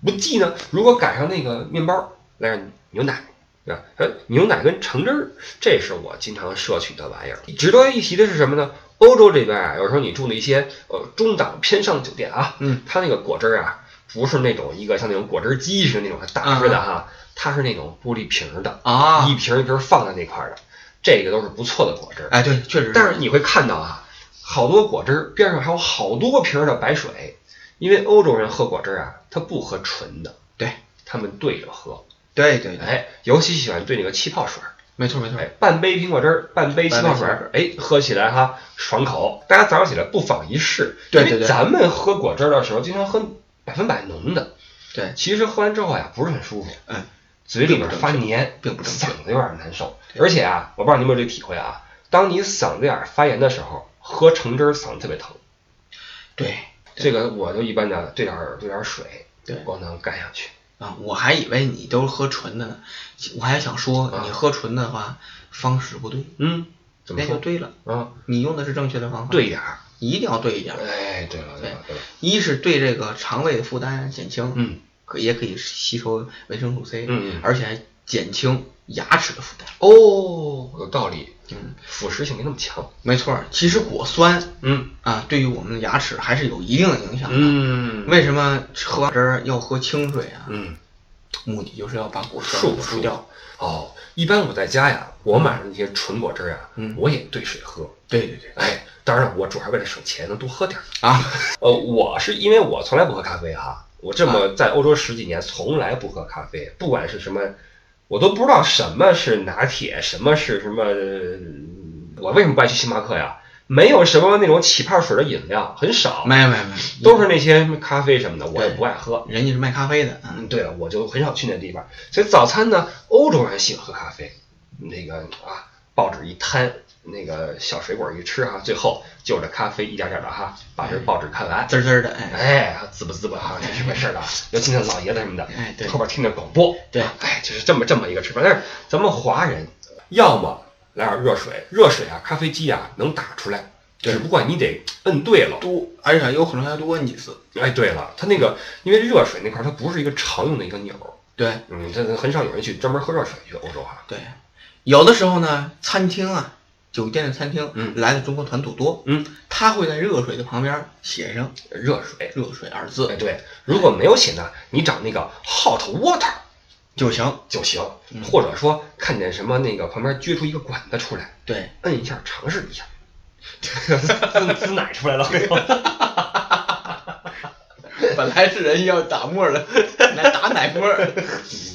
不济呢，如果赶上那个面包，来点牛奶。对吧？呃，牛奶跟橙汁儿，这是我经常摄取的玩意儿。值得一提的是什么呢？欧洲这边啊，有时候你住那些呃中档偏上酒店啊，
嗯，
它那个果汁儿啊，不是那种一个像那种果汁机似的那种大只的哈，它是那种玻璃瓶儿的，
嗯啊
一，瓶一瓶放在那块儿的，这个都是不错的果汁。
哎，对，确实是。
但是你会看到啊，好多果汁儿边上还有好多瓶儿的白水，因为欧洲人喝果汁儿啊，他不喝纯的，
对，
他们兑着喝，
对对对，
哎，尤其喜欢兑那个气泡水儿，
没错没错
哎，，半杯苹果汁儿，半杯气泡水儿，哎，喝起来哈爽口。大家早上起来不妨一试，
对对
因为
对
咱们喝果汁儿的时候经常喝百分百浓的，
对，
其实喝完之后呀不是很舒服，
嗯，
嘴里边发黏，
并不正确
嗓子有点难受。而且啊，我不知道你有没有这体会啊，当你嗓子眼儿发炎的时候，喝橙汁儿嗓子特别疼。
对
这个我就一般的兑点儿兑点儿水，
对
光能干下去。
啊，我还以为你都是喝纯的呢，我还想说
啊
你喝纯的话方式不对，
嗯，怎么
那就
说？
对了，
啊，
你用的是正确的方法，
兑一点儿。
一定要对一点儿，
哎，对了对了对了，
一是对这个肠胃的负担减轻，
嗯，
可也可以吸收维生素 C，
嗯嗯
而且还减轻牙齿的负担，
哦，有道理。
嗯，
腐蚀性没那么强。
没错儿，其实果酸
嗯
啊，对于我们的牙齿还是有一定的影响的。
嗯
为什么喝完汁儿要喝清水啊？
嗯，
目的就是要把果
漱
酸
口
除掉。
哦，一般我在家呀，我买的那些纯果汁啊，
嗯
我也兑水喝。
对对对，
哎，当然了，我主要是为了省钱，能多喝点儿。
啊，
呃，我是因为我从来不喝咖啡哈、我这么在欧洲十几年，从来不喝咖啡，不管是什么，我都不知道什么是拿铁，什么是什么，呃我为什么不爱去星巴克呀？没有什么那种起泡水的饮料，很少，
没有没有没有，
都是那些什么咖啡什么的，我也不爱喝。
人家是卖咖啡的，嗯，
嗯，对了，我就很少去那地方，所以早餐呢，欧洲人喜欢喝咖啡，那个啊，报纸一摊，那个小水果一吃啊，最后就着咖啡一点点的哈，把这报纸看完，
滋儿滋儿的，哎，
哎，滋吧滋吧哈，这是回事儿的，啊尤其那老爷子什么的，
哎对
后边听着广播，
对
哎，就是这么这么一个吃法。但是咱们华人，要么来点热水，热水啊，咖啡机啊能打出来，只不过你得摁对了。
多，而且有可能还要多摁几次。
哎，对了，它那个因为热水那块儿它不是一个常用的一个钮儿，
对
嗯，这很少有人去专门喝热水去欧洲哈。
对，有的时候呢，餐厅啊，酒店的餐厅，
嗯
来的中国团土多，
嗯，
他会在热水的旁边写上
热水
“热水”二
哎
字
对，如果没有写呢，你找那个 hot water
就行。
就行
嗯，
或者说看见什么那个旁边撅出一个管子出来，
对，
摁一下尝试一下，滋滋 奶出来了。
本来是人要打沫儿的， 来打奶沫 儿。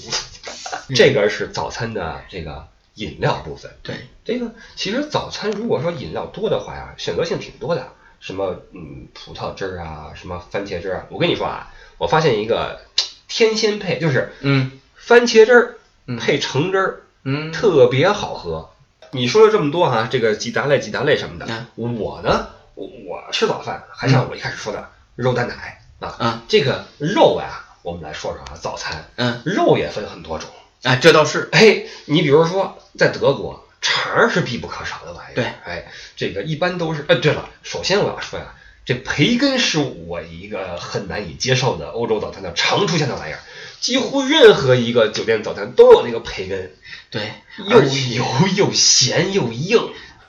这个是早餐的这个饮料部分。
对，
这个其实早餐如果说饮料多的话呀，选择性挺多的，什么嗯葡萄汁儿啊，什么番茄汁儿啊。我跟你说啊，我发现一个天仙配，就是
嗯
番茄汁儿
嗯
配橙汁儿，
嗯，
特别好喝。你说了这么多哈、这个几大类几大类什么的，
嗯
我呢，我我吃早饭还像我一开始说的、肉蛋奶啊，
啊
这个肉呀、我们来说说啊，早餐
嗯
肉也分很多种。
啊，这倒是
哎，你比如说在德国，肠儿是必不可少的玩意儿。
对，
哎，这个一般都是。哎，对了，首先我要说呀、这培根是我一个很难以接受的欧洲早餐的常出现的玩意儿，几乎任何一个酒店早餐都有那个培根，
对，
又
而且
油又咸又硬，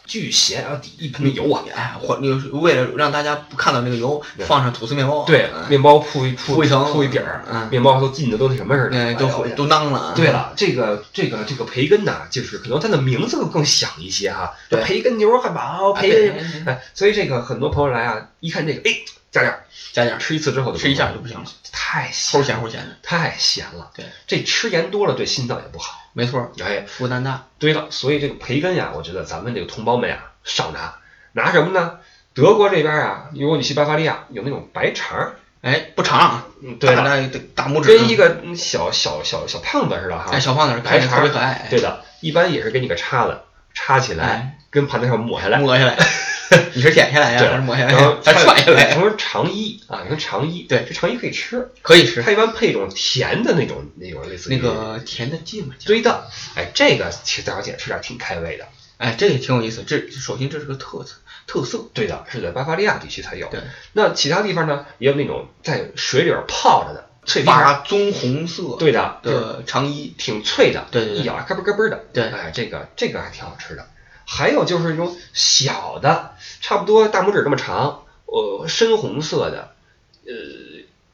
巨咸啊，底一盆的油啊。
哎，或就是为了让大家不看到那个油，放上吐司面包，
对，
嗯
面包铺一铺
铺一层
铺一底儿，
嗯
面包都浸的都那什么似的，
哎，都
哎呦
都囊了，
对，了，这个这个这个培根呐，就是可能它的名字更响一些哈、
对
培根牛肉汉堡，
啊
培
对
根什么，哎，所以这个很多朋友来啊，一看这个，哎，加点儿，
加点儿
吃一次之后就
吃一下就不行了，
太
齁
咸，
咸齁咸的，
太咸了，
对，
这吃盐多了对心脏也不好。
没错儿，
哎，
负担大，
对了，所以这个培根呀，我觉得咱们这个同胞们呀，少拿，拿什么呢？德国这边啊，如果你去巴伐利亚，有那种白肠儿，
哎，不长，
嗯，对
大
了，
大大拇指，
跟一个嗯小小小小胖子似的哈，
哎小胖子
白
看着
肠
特
儿
别可爱，
对的，一般也是给你个叉子插起来
哎，
跟盘子上抹下
哎，
来，
抹 下来，你是舔下来呀，
对
还是抹下来
然
呀
后，
还是涮下来
什
呀，
么肠衣啊，什么肠衣，
对
这肠衣可以吃，
可以吃
它一般配一种甜的那种那种类似于
那个甜的芥末酱，
堆的，哎，这个其实大小姐吃着挺开胃的。
哎，这也挺有意思，这首先这是个特色特色，
对的，是在巴伐利亚地区才有。
对，
那其他地方呢，也有那种在水里边泡着的脆皮儿，
发啊棕红色
对的，就是
的长衣，
挺脆的，
对对对
一咬还咯嘣咯嘣的，
对
哎，这个这个还挺好吃的。还有就是那种小的，差不多大拇指这么长，呃，深红色的，呃，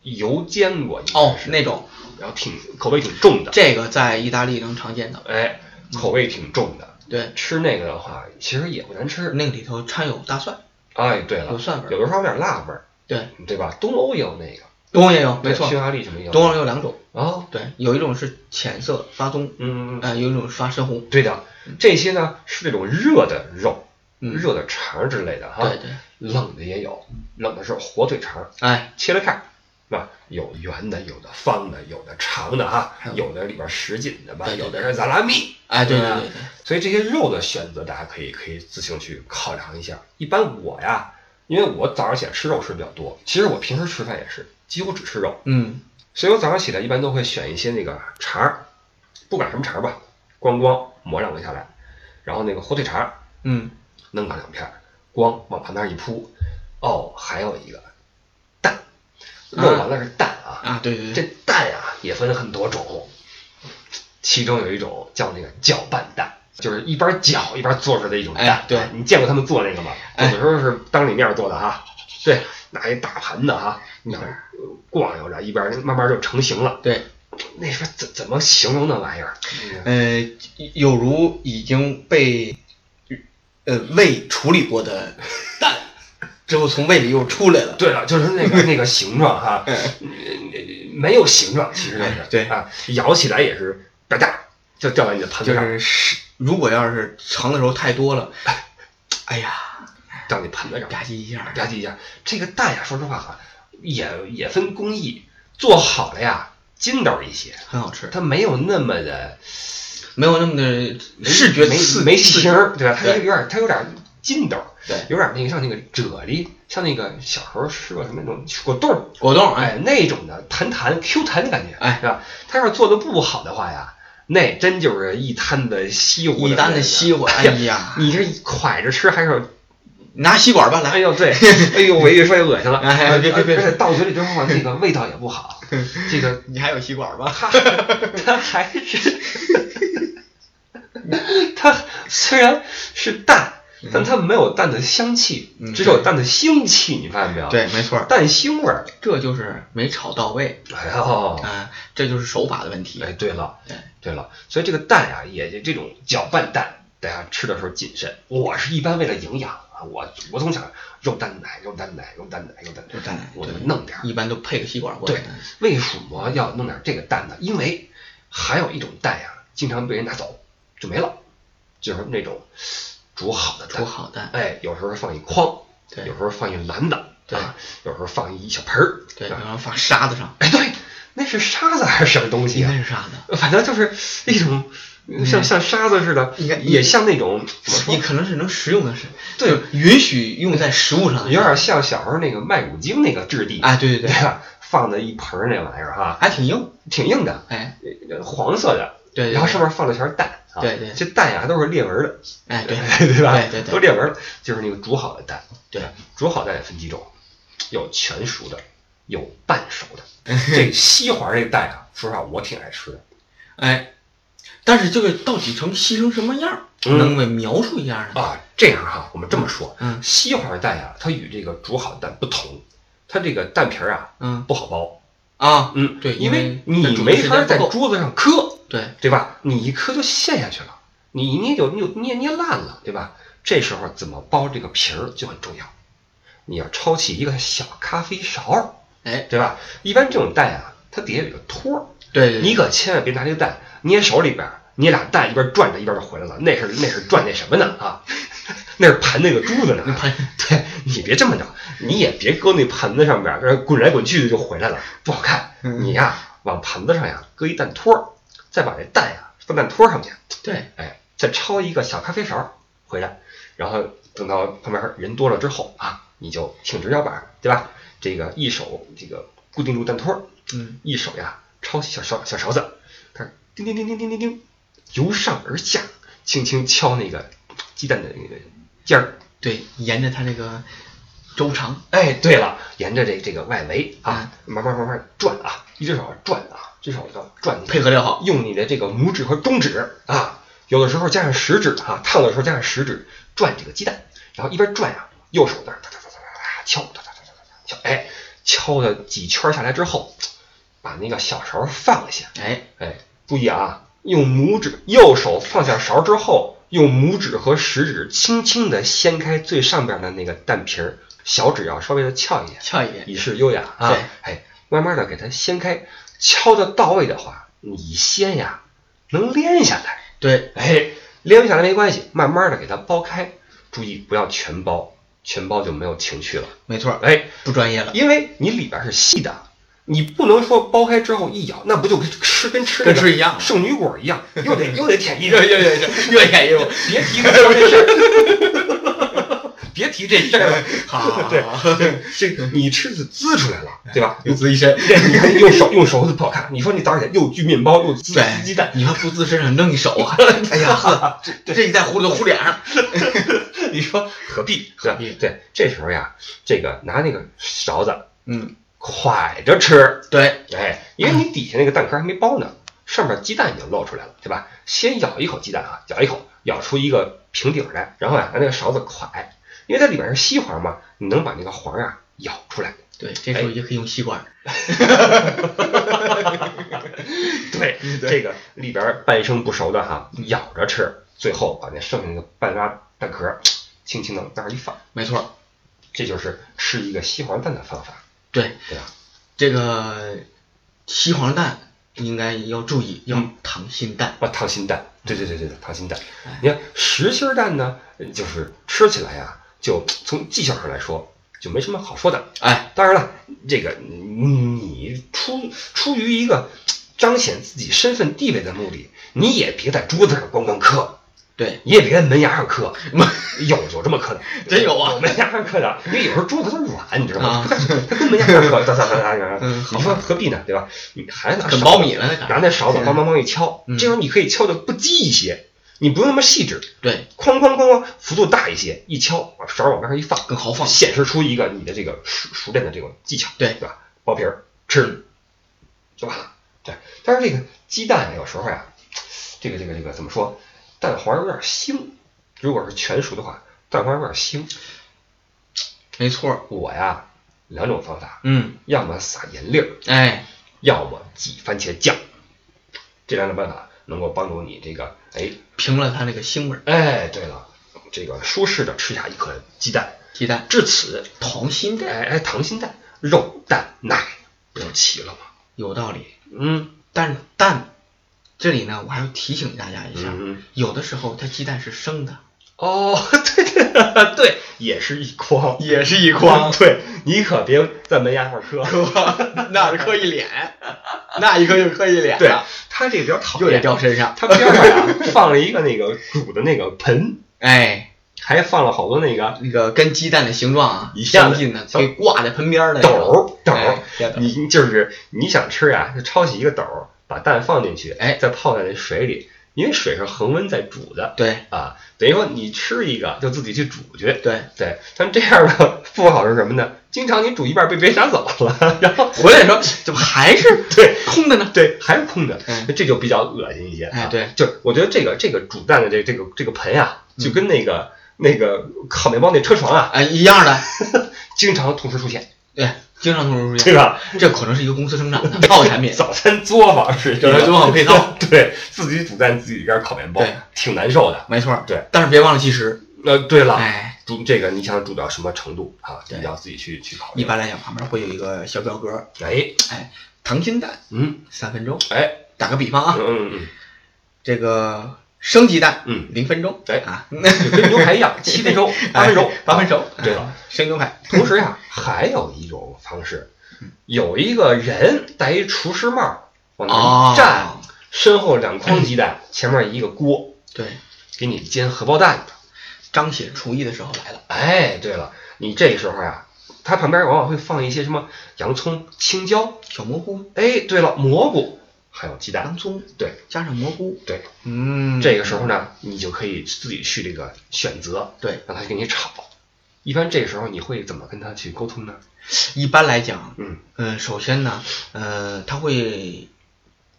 油煎过，
哦，那种
然后挺口味挺重的，
这个在意大利能常见到，
哎，口味挺重的。
对。
吃那个的话，其实也不难吃。
那个里头掺有大蒜，
哎，对了，
嗯有蒜味儿
有的时候有点辣味儿，
对，
对吧？东欧也有那个，
东欧也有，没
对
错，
匈牙利什么也有。
东欧有两种，
哦，
对，有一种是浅色发棕，
嗯，
呃，有一种是发深红，
对的，这些呢是这种热的肉，
嗯
热的肠儿之类的哈。
对对，
冷的也有，冷的是火腿肠，
哎，
切了看，是吧？有圆的，有的方的，有的长的哈
还，有
有的里边什锦的吧，
对对
有的是萨拉米，
哎，对对
吧
对对，
所以这些肉的选择，大家可以可以自行去考量一下。一般我呀，因为我早上起来吃肉吃的比较多，其实我平时吃饭也是几乎只吃肉，
嗯，
所以我早上起来一般都会选一些那个肠儿，不管什么肠儿吧，光光抹两个下来，然后那个火腿肠儿
嗯，
弄上两片儿，光往盘那儿一铺。哦，还有一个蛋，肉完了是蛋啊，
啊，对对
这
对，
蛋啊也分很多种，其中有一种叫那个搅拌蛋。就是一边搅一边做出来的一种蛋，啊
哎对
你见过他们做那个吗？有
哎
的时候是当里面做的哈，对，拿一大盘子哈，你要
嗯
逛悠着，一边慢慢就成型了。
对，
那时候怎怎么形容那玩意儿？那个
呃，有如已经被呃胃处理过的蛋，之后从胃里又出来了，
对了，就是那个 那个形状哈，
嗯
没有形状，其实就是
哎对
啊，咬起来也是吧嗒 就掉在你的盘
就
子上。
是是，如果要是盛的时候太多了，哎呀，
让你盆子上
吧唧一下，
吧唧一下。这个蛋呀，说实话哈，也也分工艺，做好了呀，筋道一些，
很好吃，
它没有那么的
没有那么的视觉
没
刺
没形
刺激。
儿，对吧？它
对
有点它有点筋道，
对，
有点那个像那个啫喱，像那个小时候吃过什么那种果冻儿，
果冻哎，
哎，那种的弹弹 Q 弹的感觉，
哎
是吧？它要是做的不好的话呀，那真就是一摊子稀糊，
一单的西瓜，哎
哎呀
呀，
你这蒯着吃还是？
拿吸管吧，来
哎，呦， 对，哎呦，我一说就恶心了。啊
哎哎别别别
而且到嘴里之后啊，那个味道也不 好。这个
你还有吸管 吧？
它它还是它虽然是蛋，但它没有蛋的香气
嗯，
只有蛋的腥气，你发现没有？，
对，没错儿，
蛋腥味儿。
这就是没炒到位
哎呦，
啊，这就是手法的问题
哎，。对了
对，
对了，所以这个蛋呀、也也这种搅拌蛋，大家吃的时候谨慎。我是一般为了营养啊，我我总想肉蛋奶、肉蛋奶、肉蛋奶、肉蛋奶，
就蛋奶，
我
对
就弄点儿。
一般都配个吸管过来
对。，为什么要弄点这个蛋呢？因为还有一种蛋呀、经常被人拿走就没了，就是那种煮好的
煮
蛋。
好蛋，
哎，有时候放一筐，
对
有时候放一篮子，
对
啊，有时候放一小盆儿，
对，
啊
然后放沙子上，
哎，对，那是沙子还是什么东西
应
啊？
该是沙子，
反正就是一种像像沙子似的，
嗯应该嗯
也像那种怎么说
你，可能是能食用的，是
对，
就是允许用在食物上的，
有点像小时候那个麦谷精那个质地，
哎，对对
对
对，
吧？放的一盆儿那玩意儿哈，
还挺硬，
挺硬的，
哎，
呃黄色的，
对，对
然后
对
上面放了圈蛋啊，
对对
这蛋呀都是裂纹儿的，
哎对，
对吧？
对对对
都裂纹儿，就是那个煮好的蛋，
对，
煮好蛋也分几种，有全熟的，有半熟的。 这西环这蛋啊，说实话我挺爱吃的，
哎，但是这个到底成吸成什么样儿，
嗯
能给描述一下呢？
啊，这样哈，我们这么说，
嗯
西环蛋呀、啊它与这个煮好的蛋不同，它这个蛋皮儿啊
嗯
不好剥，
啊，
嗯，
对
因为
因为它
你
煮的
没
时
法
间
在
不够
桌子上磕，
对，
对吧？你一磕就陷下去了，你一捏就捏捏捏烂了，对吧？这时候怎么剥这个皮儿就很重要，你要抄起一个小咖啡勺，
哎，
对吧？一般这种蛋啊，它底下有个托儿，
对对，
你可千万别拿这个蛋捏手里边儿，捏俩蛋一边转着一边就回来了，那是那是转那什么呢啊？ 那是盘那个珠子呢。
盘
对你别这么着，你也别搁那盘子上边儿呃滚来滚去的就回来了，不好看。
嗯
你呀，往盘子上呀搁一蛋托儿，再把这蛋呀放蛋托儿上去，
对，
哎，再抄一个小咖啡勺回来，然后等到旁边人多了之后啊，你就挺直腰板儿，对吧？这个一手这个固定住蛋托儿，
嗯，
一手呀抄起小勺小勺子，它叮叮叮叮叮叮叮，由上而下，轻轻敲那个鸡蛋的那个尖儿。
对，沿着它这个周长，
哎，对了，沿着这这个外围啊，慢慢慢慢转啊，一只手转啊，这手要转
配合的好，
用你的这个拇指和中指啊，有的时候加上食指啊，烫的时候加上食指转这个鸡蛋，然后一边转啊，右手那儿哒哒哒哒哒敲，哒哒哒哒哒敲，哎，敲了几圈下来之后，把那个小勺放下，
哎，
哎，注意啊，用拇指右手放下勺之后，用拇指和食指轻轻的掀开最上边的那个蛋皮儿，小指要稍微的翘一点，
翘一点，
以示优雅啊
对。
哎，慢慢的给它掀开，敲的到位的话，你先呀能连下来，
对，
哎，连不下来没关系，慢慢的给它剥开，注意不要全剥，全剥就没有情趣了。
没错儿，
哎，
不专业了，
因为你里边是细的，你不能说剥开之后一咬，那不就跟吃跟吃那
跟
个
吃一样，
圣女果一样，又 得又得舔一
又
遍。
又又又又 演又，
别提这事儿，别提这事儿 了。
好好好，
对
好
这个你吃是滋出来了，对吧？
又滋一身，
这你看用手用手指不好看，你说你早上起来又锯面包又滋
对，
鸡 蛋，
你还不自身上扔一手 啊？哎呀，呵，这这一带糊就糊脸上，
你说何必？
何必
对，这时候呀，这个拿那个勺子
嗯，
蒯着吃，
对，
哎，因为你底下那个蛋壳还没剥呢，上面鸡蛋已经露出来了，对吧？先咬一口鸡蛋啊，咬一口，咬出一个平底儿来，然后啊呀、拿那个勺子蒯，因为它里边是稀黄嘛，你能把那个黄啊咬出来。
对，这
哎
时候也可以用吸管，
对，嗯这个里边半生不熟的哈，咬着吃，最后把那剩下那个半拉蛋壳儿轻轻的往那儿一放，
没错儿，
这就是吃一个西黄蛋的方法，
对，
对啊吧？
这个西黄蛋应该要注意，要
嗯
溏心蛋，
啊，溏心蛋，对对对对对，溏心蛋
哎。
你看实心儿蛋呢，呃就是吃起来呀、就从技巧上来说就没什么好说的。
哎，
当然了，这个你你出出于一个彰显自己身份地位的目的，你也别在桌子上光光磕，
对，
你也别在门牙上 磕，有有这么磕的，
真有啊
有门牙上磕的，因为有时候桌子它软，你知道吗
啊？
它它跟门牙上磕，哒哒哒哒哒哒
嗯，
你说何必呢？对吧？你还拿
啃
勺
苞
子
米了那
拿
感觉。
那勺子梆梆梆一敲，
嗯
这样你可以敲的不激一些，你不用那么细致，
对，
哐哐哐哐，幅度大一些，一敲把勺往边上一放，
更豪放。
显示出一个你的这个熟熟练的这种技巧，
对
对吧？剥皮儿吃，就完了。对，但是这个鸡蛋有时候呀，这个这个这个怎么说？蛋黄有点腥，如果是全熟的话，蛋黄有点腥。
没错。
我呀，两种方法，
嗯，
要么撒盐粒儿，
哎，
要么挤番茄酱，这两种办法能够帮助你这个，哎
平了它那个腥味儿。
哎，对了，这个舒适的吃下一颗鸡蛋。
鸡蛋，
至此，
溏心蛋
哎哎，溏心蛋、肉蛋奶不就齐了吗？
有道理，
嗯
但是蛋这里呢，我还要提醒大家一下，
嗯，
有的时候它鸡蛋是生的，
哦， 对对对，也是一筐，
也是一
对你可别在门牙上磕。
那是磕一 脸，那一磕就磕一脸
对
了，，
它啊这个比较讨
又得
厌，
掉身上。
它边上啊呀 放了一个那个煮的那个盆，
哎，
还放了好多那个
那个跟鸡蛋的形状啊
一下
相
子
近的，
小
给挂在盆边儿的
斗儿斗儿
哎。小斗儿
你就是你想吃呀，就抄起一个斗儿，把蛋放进去，
哎
再泡在那水里，因为水是恒温在煮的
对
啊，等于说你吃一个就自己去煮去。
对，
对，但这样的不好是什么呢？经常你煮一半被别人拿走了， 然后
回来的时候怎么还是
对
空的呢？
对，还是空的，
嗯
这就比较恶心一些、啊。
哎对，
就是我觉得这个这个煮蛋的这这个这个盆啊，
嗯
就跟那个、那个烤面包那车床啊，
哎，一样的，
经常同时出现，
对，经常同时出
对
现，
吧？
这可能是一个公司生产的 套产品，
早餐作坊是一
有人
个
做好配套，
对自己煮蛋自己一边烤面包
对，
挺难受的。
没错儿。
对，
但是别忘了计时，
呃，对了，
哎，
煮这个你想煮到什么程度啊？
对
你要自己去去考虑。
一般来讲旁边会有一个小表格，
哎，
溏心蛋
嗯，
三分钟，
哎，
打个比方
嗯
啊，
嗯嗯
这个生鸡蛋
嗯
零分钟，
哎
啊，
嗯，就跟牛排一样，七分熟，
哎
八分熟，
八分熟，
对
啊，生牛排，
同时呀，还有一种方式，有一个人戴一厨师帽往那
哦
一站，身后两筐鸡蛋，前面一个锅，
对，
给你煎荷包蛋的。
彰显厨艺的时候来了，
哎，对了，你这时候呀，它旁边往往会放一些什么洋葱、青椒，
小蘑菇、
哎，对了，蘑菇，还有鸡蛋。
洋葱，
对，
加上蘑菇，
对，
嗯，
这个时候呢，你就可以自己去这个选择，
对，
让他给你炒。一般这个时候你会怎么跟他去沟通呢？
一般来讲，
嗯
嗯，首先呢，呃，他会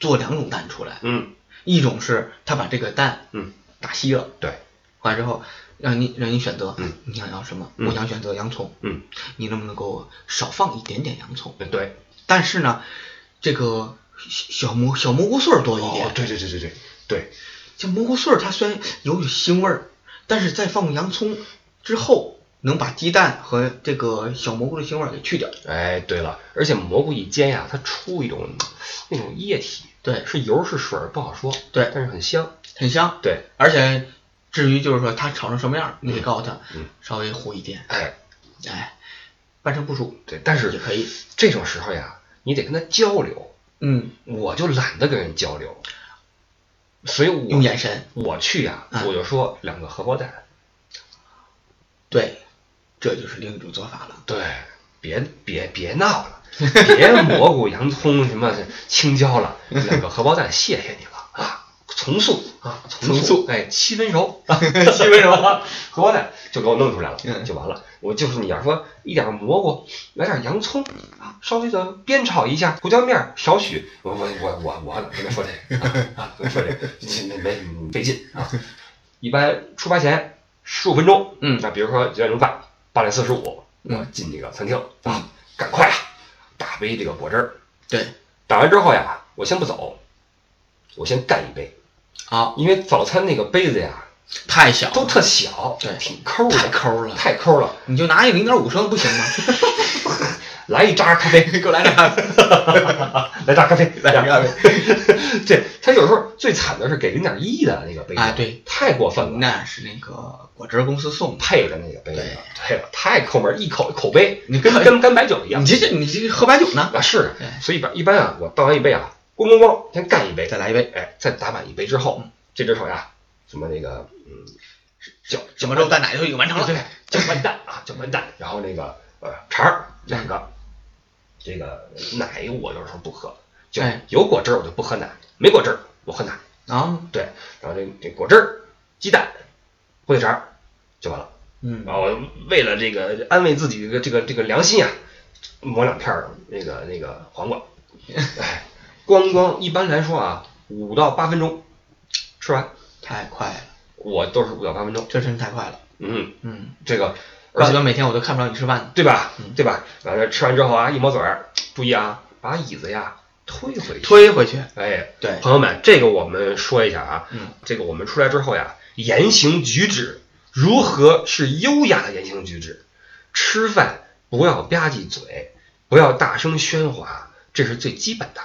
做两种蛋出来，
嗯
一种是他把这个蛋
嗯，
打稀了，
对，
完之后让你让你选择，
嗯
你想要什么？
嗯
我想选择洋葱，
嗯，
你能不能给我少放一点点洋葱？
对，
但是呢，这个小小蘑小蘑菇碎儿多一点，
哦，对对对对对对，
这蘑菇碎儿它虽然有点腥味儿，但是在放洋葱之后，能把鸡蛋和这个小蘑菇的腥味儿给去掉。
哎，对了，而且蘑菇一煎呀，它出一种那种液体，
对，
是油是水儿不好说，
对
但是很香。
很香。
对，
而且至于就是说它炒成什么样儿，你得告诉他
嗯
稍微糊一点，
哎，
哎，半成不熟
对，但
也
是
可以。
这种时候呀，你得跟他交流，
嗯，
我就懒得跟人交流，所以
用
我
眼神，
我去呀，
嗯
我就说两个荷包蛋，
对，这就是另一种做法了。
对，别别别闹了，别蘑菇、洋葱什么青椒了，两个荷包蛋，谢谢你了啊，从速啊，从
从
速
速，
哎，七分熟。
因为什么？
荷包蛋就给我弄出来了，
嗯
就完了。我就是你要说一点蘑菇，来点洋葱啊，稍微的煸炒一下，胡椒面儿少许。我我我我我跟他说这个啊啊，跟他说这个你没没你费劲啊。一般出发前十五分钟，
嗯
那比如说九点钟半，八点四十五，
嗯
我进这个餐厅
嗯
啊，赶快啊，打杯这个果汁儿，
对，
打完之后呀，我先不走，我先干一杯，
啊，
因为早餐那个杯子呀
太小
都
了，
特小，
对
挺抠的，
太抠了，
太抠了。
你就拿一零点五升不行吗？
来一扎咖 啡，
给我来点咖啡，
来扎咖啡，
来点咖啡。
对他有时候最惨的是给零点一的那个杯子，
啊对，
太过分了，
那是那个果汁公司送的。
配的那个杯子
对，
对了，太抠门儿，一口口碑，
你
跟
看
跟跟白酒一样
你。这这你这喝白酒呢？
啊，是
对，
所以一般一般啊，我倒完一杯啊，咣咣咣，先干一杯，
再来一嗯杯，
哎，再打满一杯之后，这只手呀，什么那个，嗯，搅
搅拌之后蛋奶就已经完成了。
对，搅拌蛋啊，搅拌蛋，然后那个呃肠儿两个，这个奶我有时候不喝，就
哎
有果汁儿我就不喝奶，没果汁儿我喝奶，
啊，
对，然后这这果汁儿、鸡蛋、火腿肠儿就完了。
嗯
然后我为了这个安慰自己这个这个这个良心啊，抹两片儿那个那个黄瓜，哎，光光一般来说啊，五到八分钟吃完，
太快了，
我都是五到八分钟。
这真太快了。
嗯，
嗯，
这个而
怪
且
不得每天我都看不着你吃饭呢。
对吧？
嗯
对吧？完了吃完之后啊，一抹嘴儿，注意啊，把椅子呀推回去。
推回去，
哎，
对
朋友们，这个我们说一下啊，
嗯，
这个我们出来之后呀，言行举止如何是优雅的言行举止？吃饭不要吧唧嘴，不要大声喧哗，这是最基本的。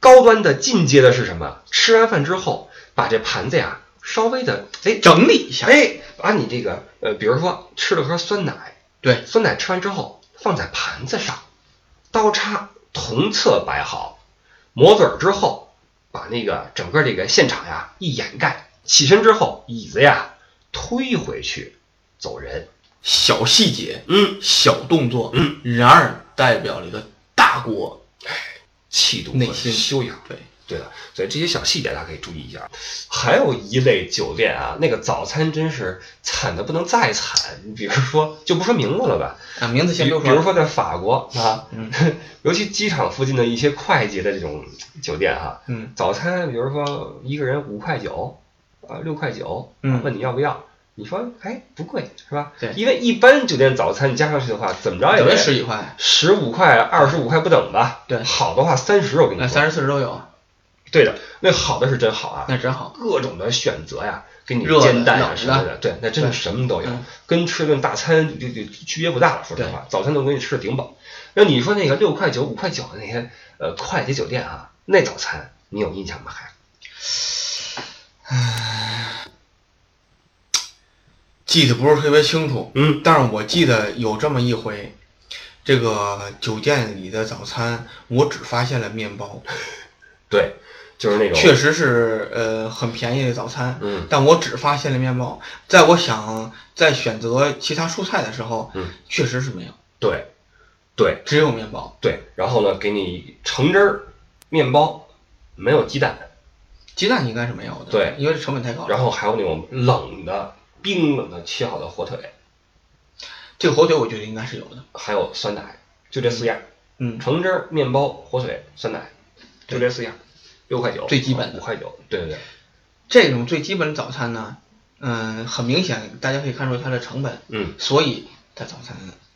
高端的进阶的是什么？吃完饭之后，把这盘子呀稍微的哎
整理一下。
哎，把你这个呃，比如说吃了盒酸奶，
对，
酸奶吃完之后放在盘子上，刀叉同侧摆好，抹嘴儿之后把那个整个这个现场呀一掩盖，起身之后椅子呀推回去走人。
小细节，
嗯，
小动作，
嗯，
然而代表了一个大国。
气度
内
和
心
修养。
对，
对的，所以这些小细节大家可以注意一下。还有一类酒店啊，那个早餐真是惨的不能再惨。你比如说，就不说名字了吧，
啊，名字
比
先不
比如
说，
说在法国啊，
嗯
尤其机场附近的一些快捷的这种酒店哈、
嗯，
早餐比如说一个人五块九，啊六块九，
嗯
问你要不要，你说哎不贵是吧？
对
因为一般酒店早餐你加上去的话，怎么着也
有
得
的十几块，
十五块、二十五块不等吧？
对
好的话三十，我跟你
那
说，
三十四十都有，
对的，那好的是真好啊，
那真好。
各种的选择呀，给你
热的
煎蛋啊
冷的
什么的，对，那真是
对
什么都有
嗯，
跟吃顿大餐就就就区别不大了。说实话，早餐都给你吃的顶饱。那你说那个六块九、五块九的那些呃快捷酒店啊，那早餐你有印象吗？还
记得不是特别清楚，
嗯，
但是我记得有这么一回，这个酒店里的早餐，我只发现了面包，
对，就是那种
确实是呃很便宜的早餐，
嗯
但我只发现了面包。在我想在选择其他蔬菜的时候，
嗯，
确实是没有，
对对
只有面包。
对，然后呢，给你橙汁儿、面包，没有鸡蛋，
鸡蛋应该是没有的，
对
因为成本太高了。
然后还有那种冷的、冰冷的切好的火腿，
这个火腿我觉得应该是有的，
还有酸奶，就这四样。
嗯，
橙汁儿、面包、火腿、酸奶，就这四样，六块九，
最基本的
五块九，对对对，
这种最基本的早餐呢，嗯、很明显大家可以看出它的成本，
嗯，
所以它早餐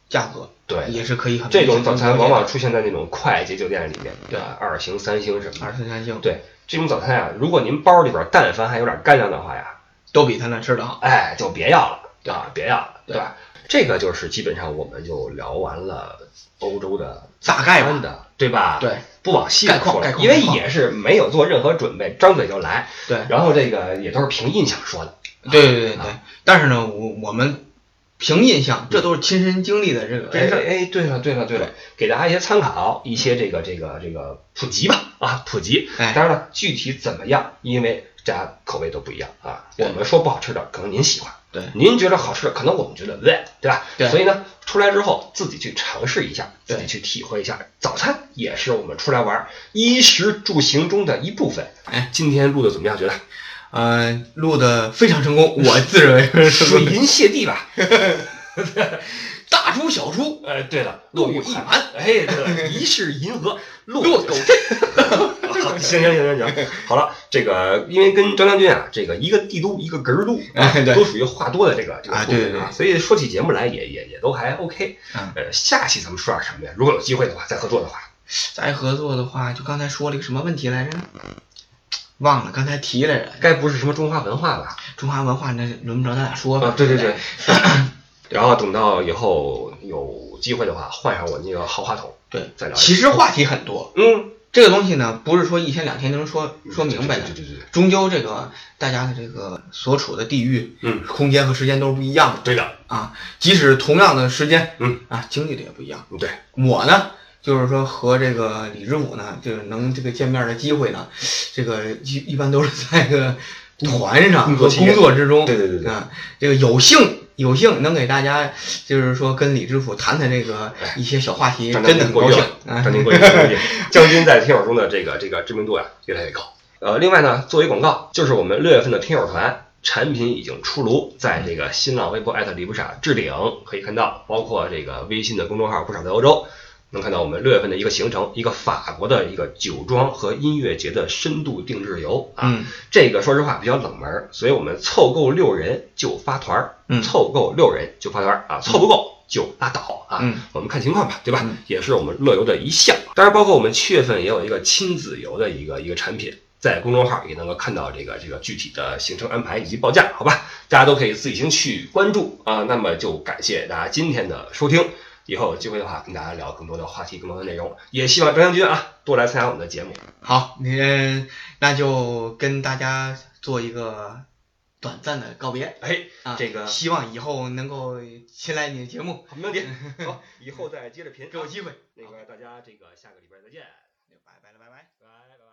价格
对
也是可以很
这种早餐往往
是
出现在那种快捷酒店里面，
对
啊二星、三星什么
二
的，
三三星，，
对，这种早餐啊，如果您包里边但凡还有点干粮的话呀，
都比他那吃的好。
哎，就别要了，对吧？别要了，
对
对吧？这个就是基本上我们就聊完了欧洲的
大概吧
餐的，对吧？
对，
不往细了
概况
说了
概况
因为
概况
也是没有做任何准备，张嘴就来，
对，
然后这个也都是凭印象说的，
对对对
啊
对，但是呢，我我们凭印象，这都是亲身经历的这个
哎
真事
哎
儿。
哎，对了对了对了，给大家一些参考，一些这个这个这个普及吧啊，普及。
哎
当然了，具体怎么样，因为大家口味都不一样啊。我
对
们说不好吃的，可能您喜欢；
对
您觉得好吃的，可能我们觉得对，对吧？
对
所以呢，出来之后自己去尝试一下，自
对
己去体会一下。早餐也是我们出来玩儿衣食住行中的一部分。
哎，
今天录的怎么样？ 觉得
嗯、录的非常成功，我自认为是成
水
功的
银泻地吧？
大出小出，
呃，对了，
路
遇
一
寒
满，
哎，对了一世银河，路
落狗阵。
好 行行行行行，好了，这个因为跟张将军啊，这个一个帝都一个哏儿都，啊
哎对
都属于话多的这个这个
啊
部分
对对
啊，
对
所以说起节目来也也也都还 OK。
嗯
呃，下期咱们说点什么呀？如果有机会的话，再合作的话，
再合作的话，就刚才说了一个什么问题来着？忘了，刚才提来着。
该不是什么中华文化吧？
哦中华文化那轮不着咱俩说吧、
啊，对对对， 然后等到以后有机会的话，换上我那个豪话筒，
对
再聊。
其实话题很多，
嗯，
这个东西呢，不是说一天两天能说说明白的
对。对对对，
终究，这个大家的这个所处的地域、
嗯，
空间和时间都是不一样的
对的，
啊。即使同样的时间，
嗯
啊，经历的也不一样。
对，
我呢，就是说和这个李知府呢，就是能这个见面的机会呢，这个一一般都是在这个团上
工作
和
期间
工作之中。
对对对对
啊，这个有幸有幸能给大家，就是说跟李知府谈谈这个
哎
一些小话题，
张
真的
张
很
过
高
誉
兴
了，
啊
张。宁过誉了，张 宁将军在听友中的这个这个知名度啊越来越高。呃，另外呢，作为广告，就是我们六月份的听友团产品已经出炉，在这个新浪微博艾特李不傻置顶可以看到，包括这个微信的公众号不傻在欧洲。能看到我们六月份的一个行程，一个法国的一个酒庄和音乐节的深度定制游啊，
嗯
这个说实话比较冷门儿，所以我们凑够六人就发团儿，
嗯
凑够六人就发团儿啊，凑不够就拉倒啊，
嗯
我们看情况吧，对吧？
嗯
也是我们乐游的一项。当然，包括我们七月份也有一个亲子游的一个一个产品，在公众号也能够看到这个这个具体的行程安排以及报价，好吧？大家都可以自行去关注啊。那么就感谢大家今天的收听，以后有机会的话跟大家聊更多的话题、更多的内容，也希望张将军啊多来参加我们的节目。
好，你那就跟大家做一个短暂的告别
哎，
啊。
这个
希望以后能够新来你的节目，
好，没问题。好，以后再接着评，
给我机会。
那个大家这个下个礼拜再见，
拜拜了，拜拜。
拜拜。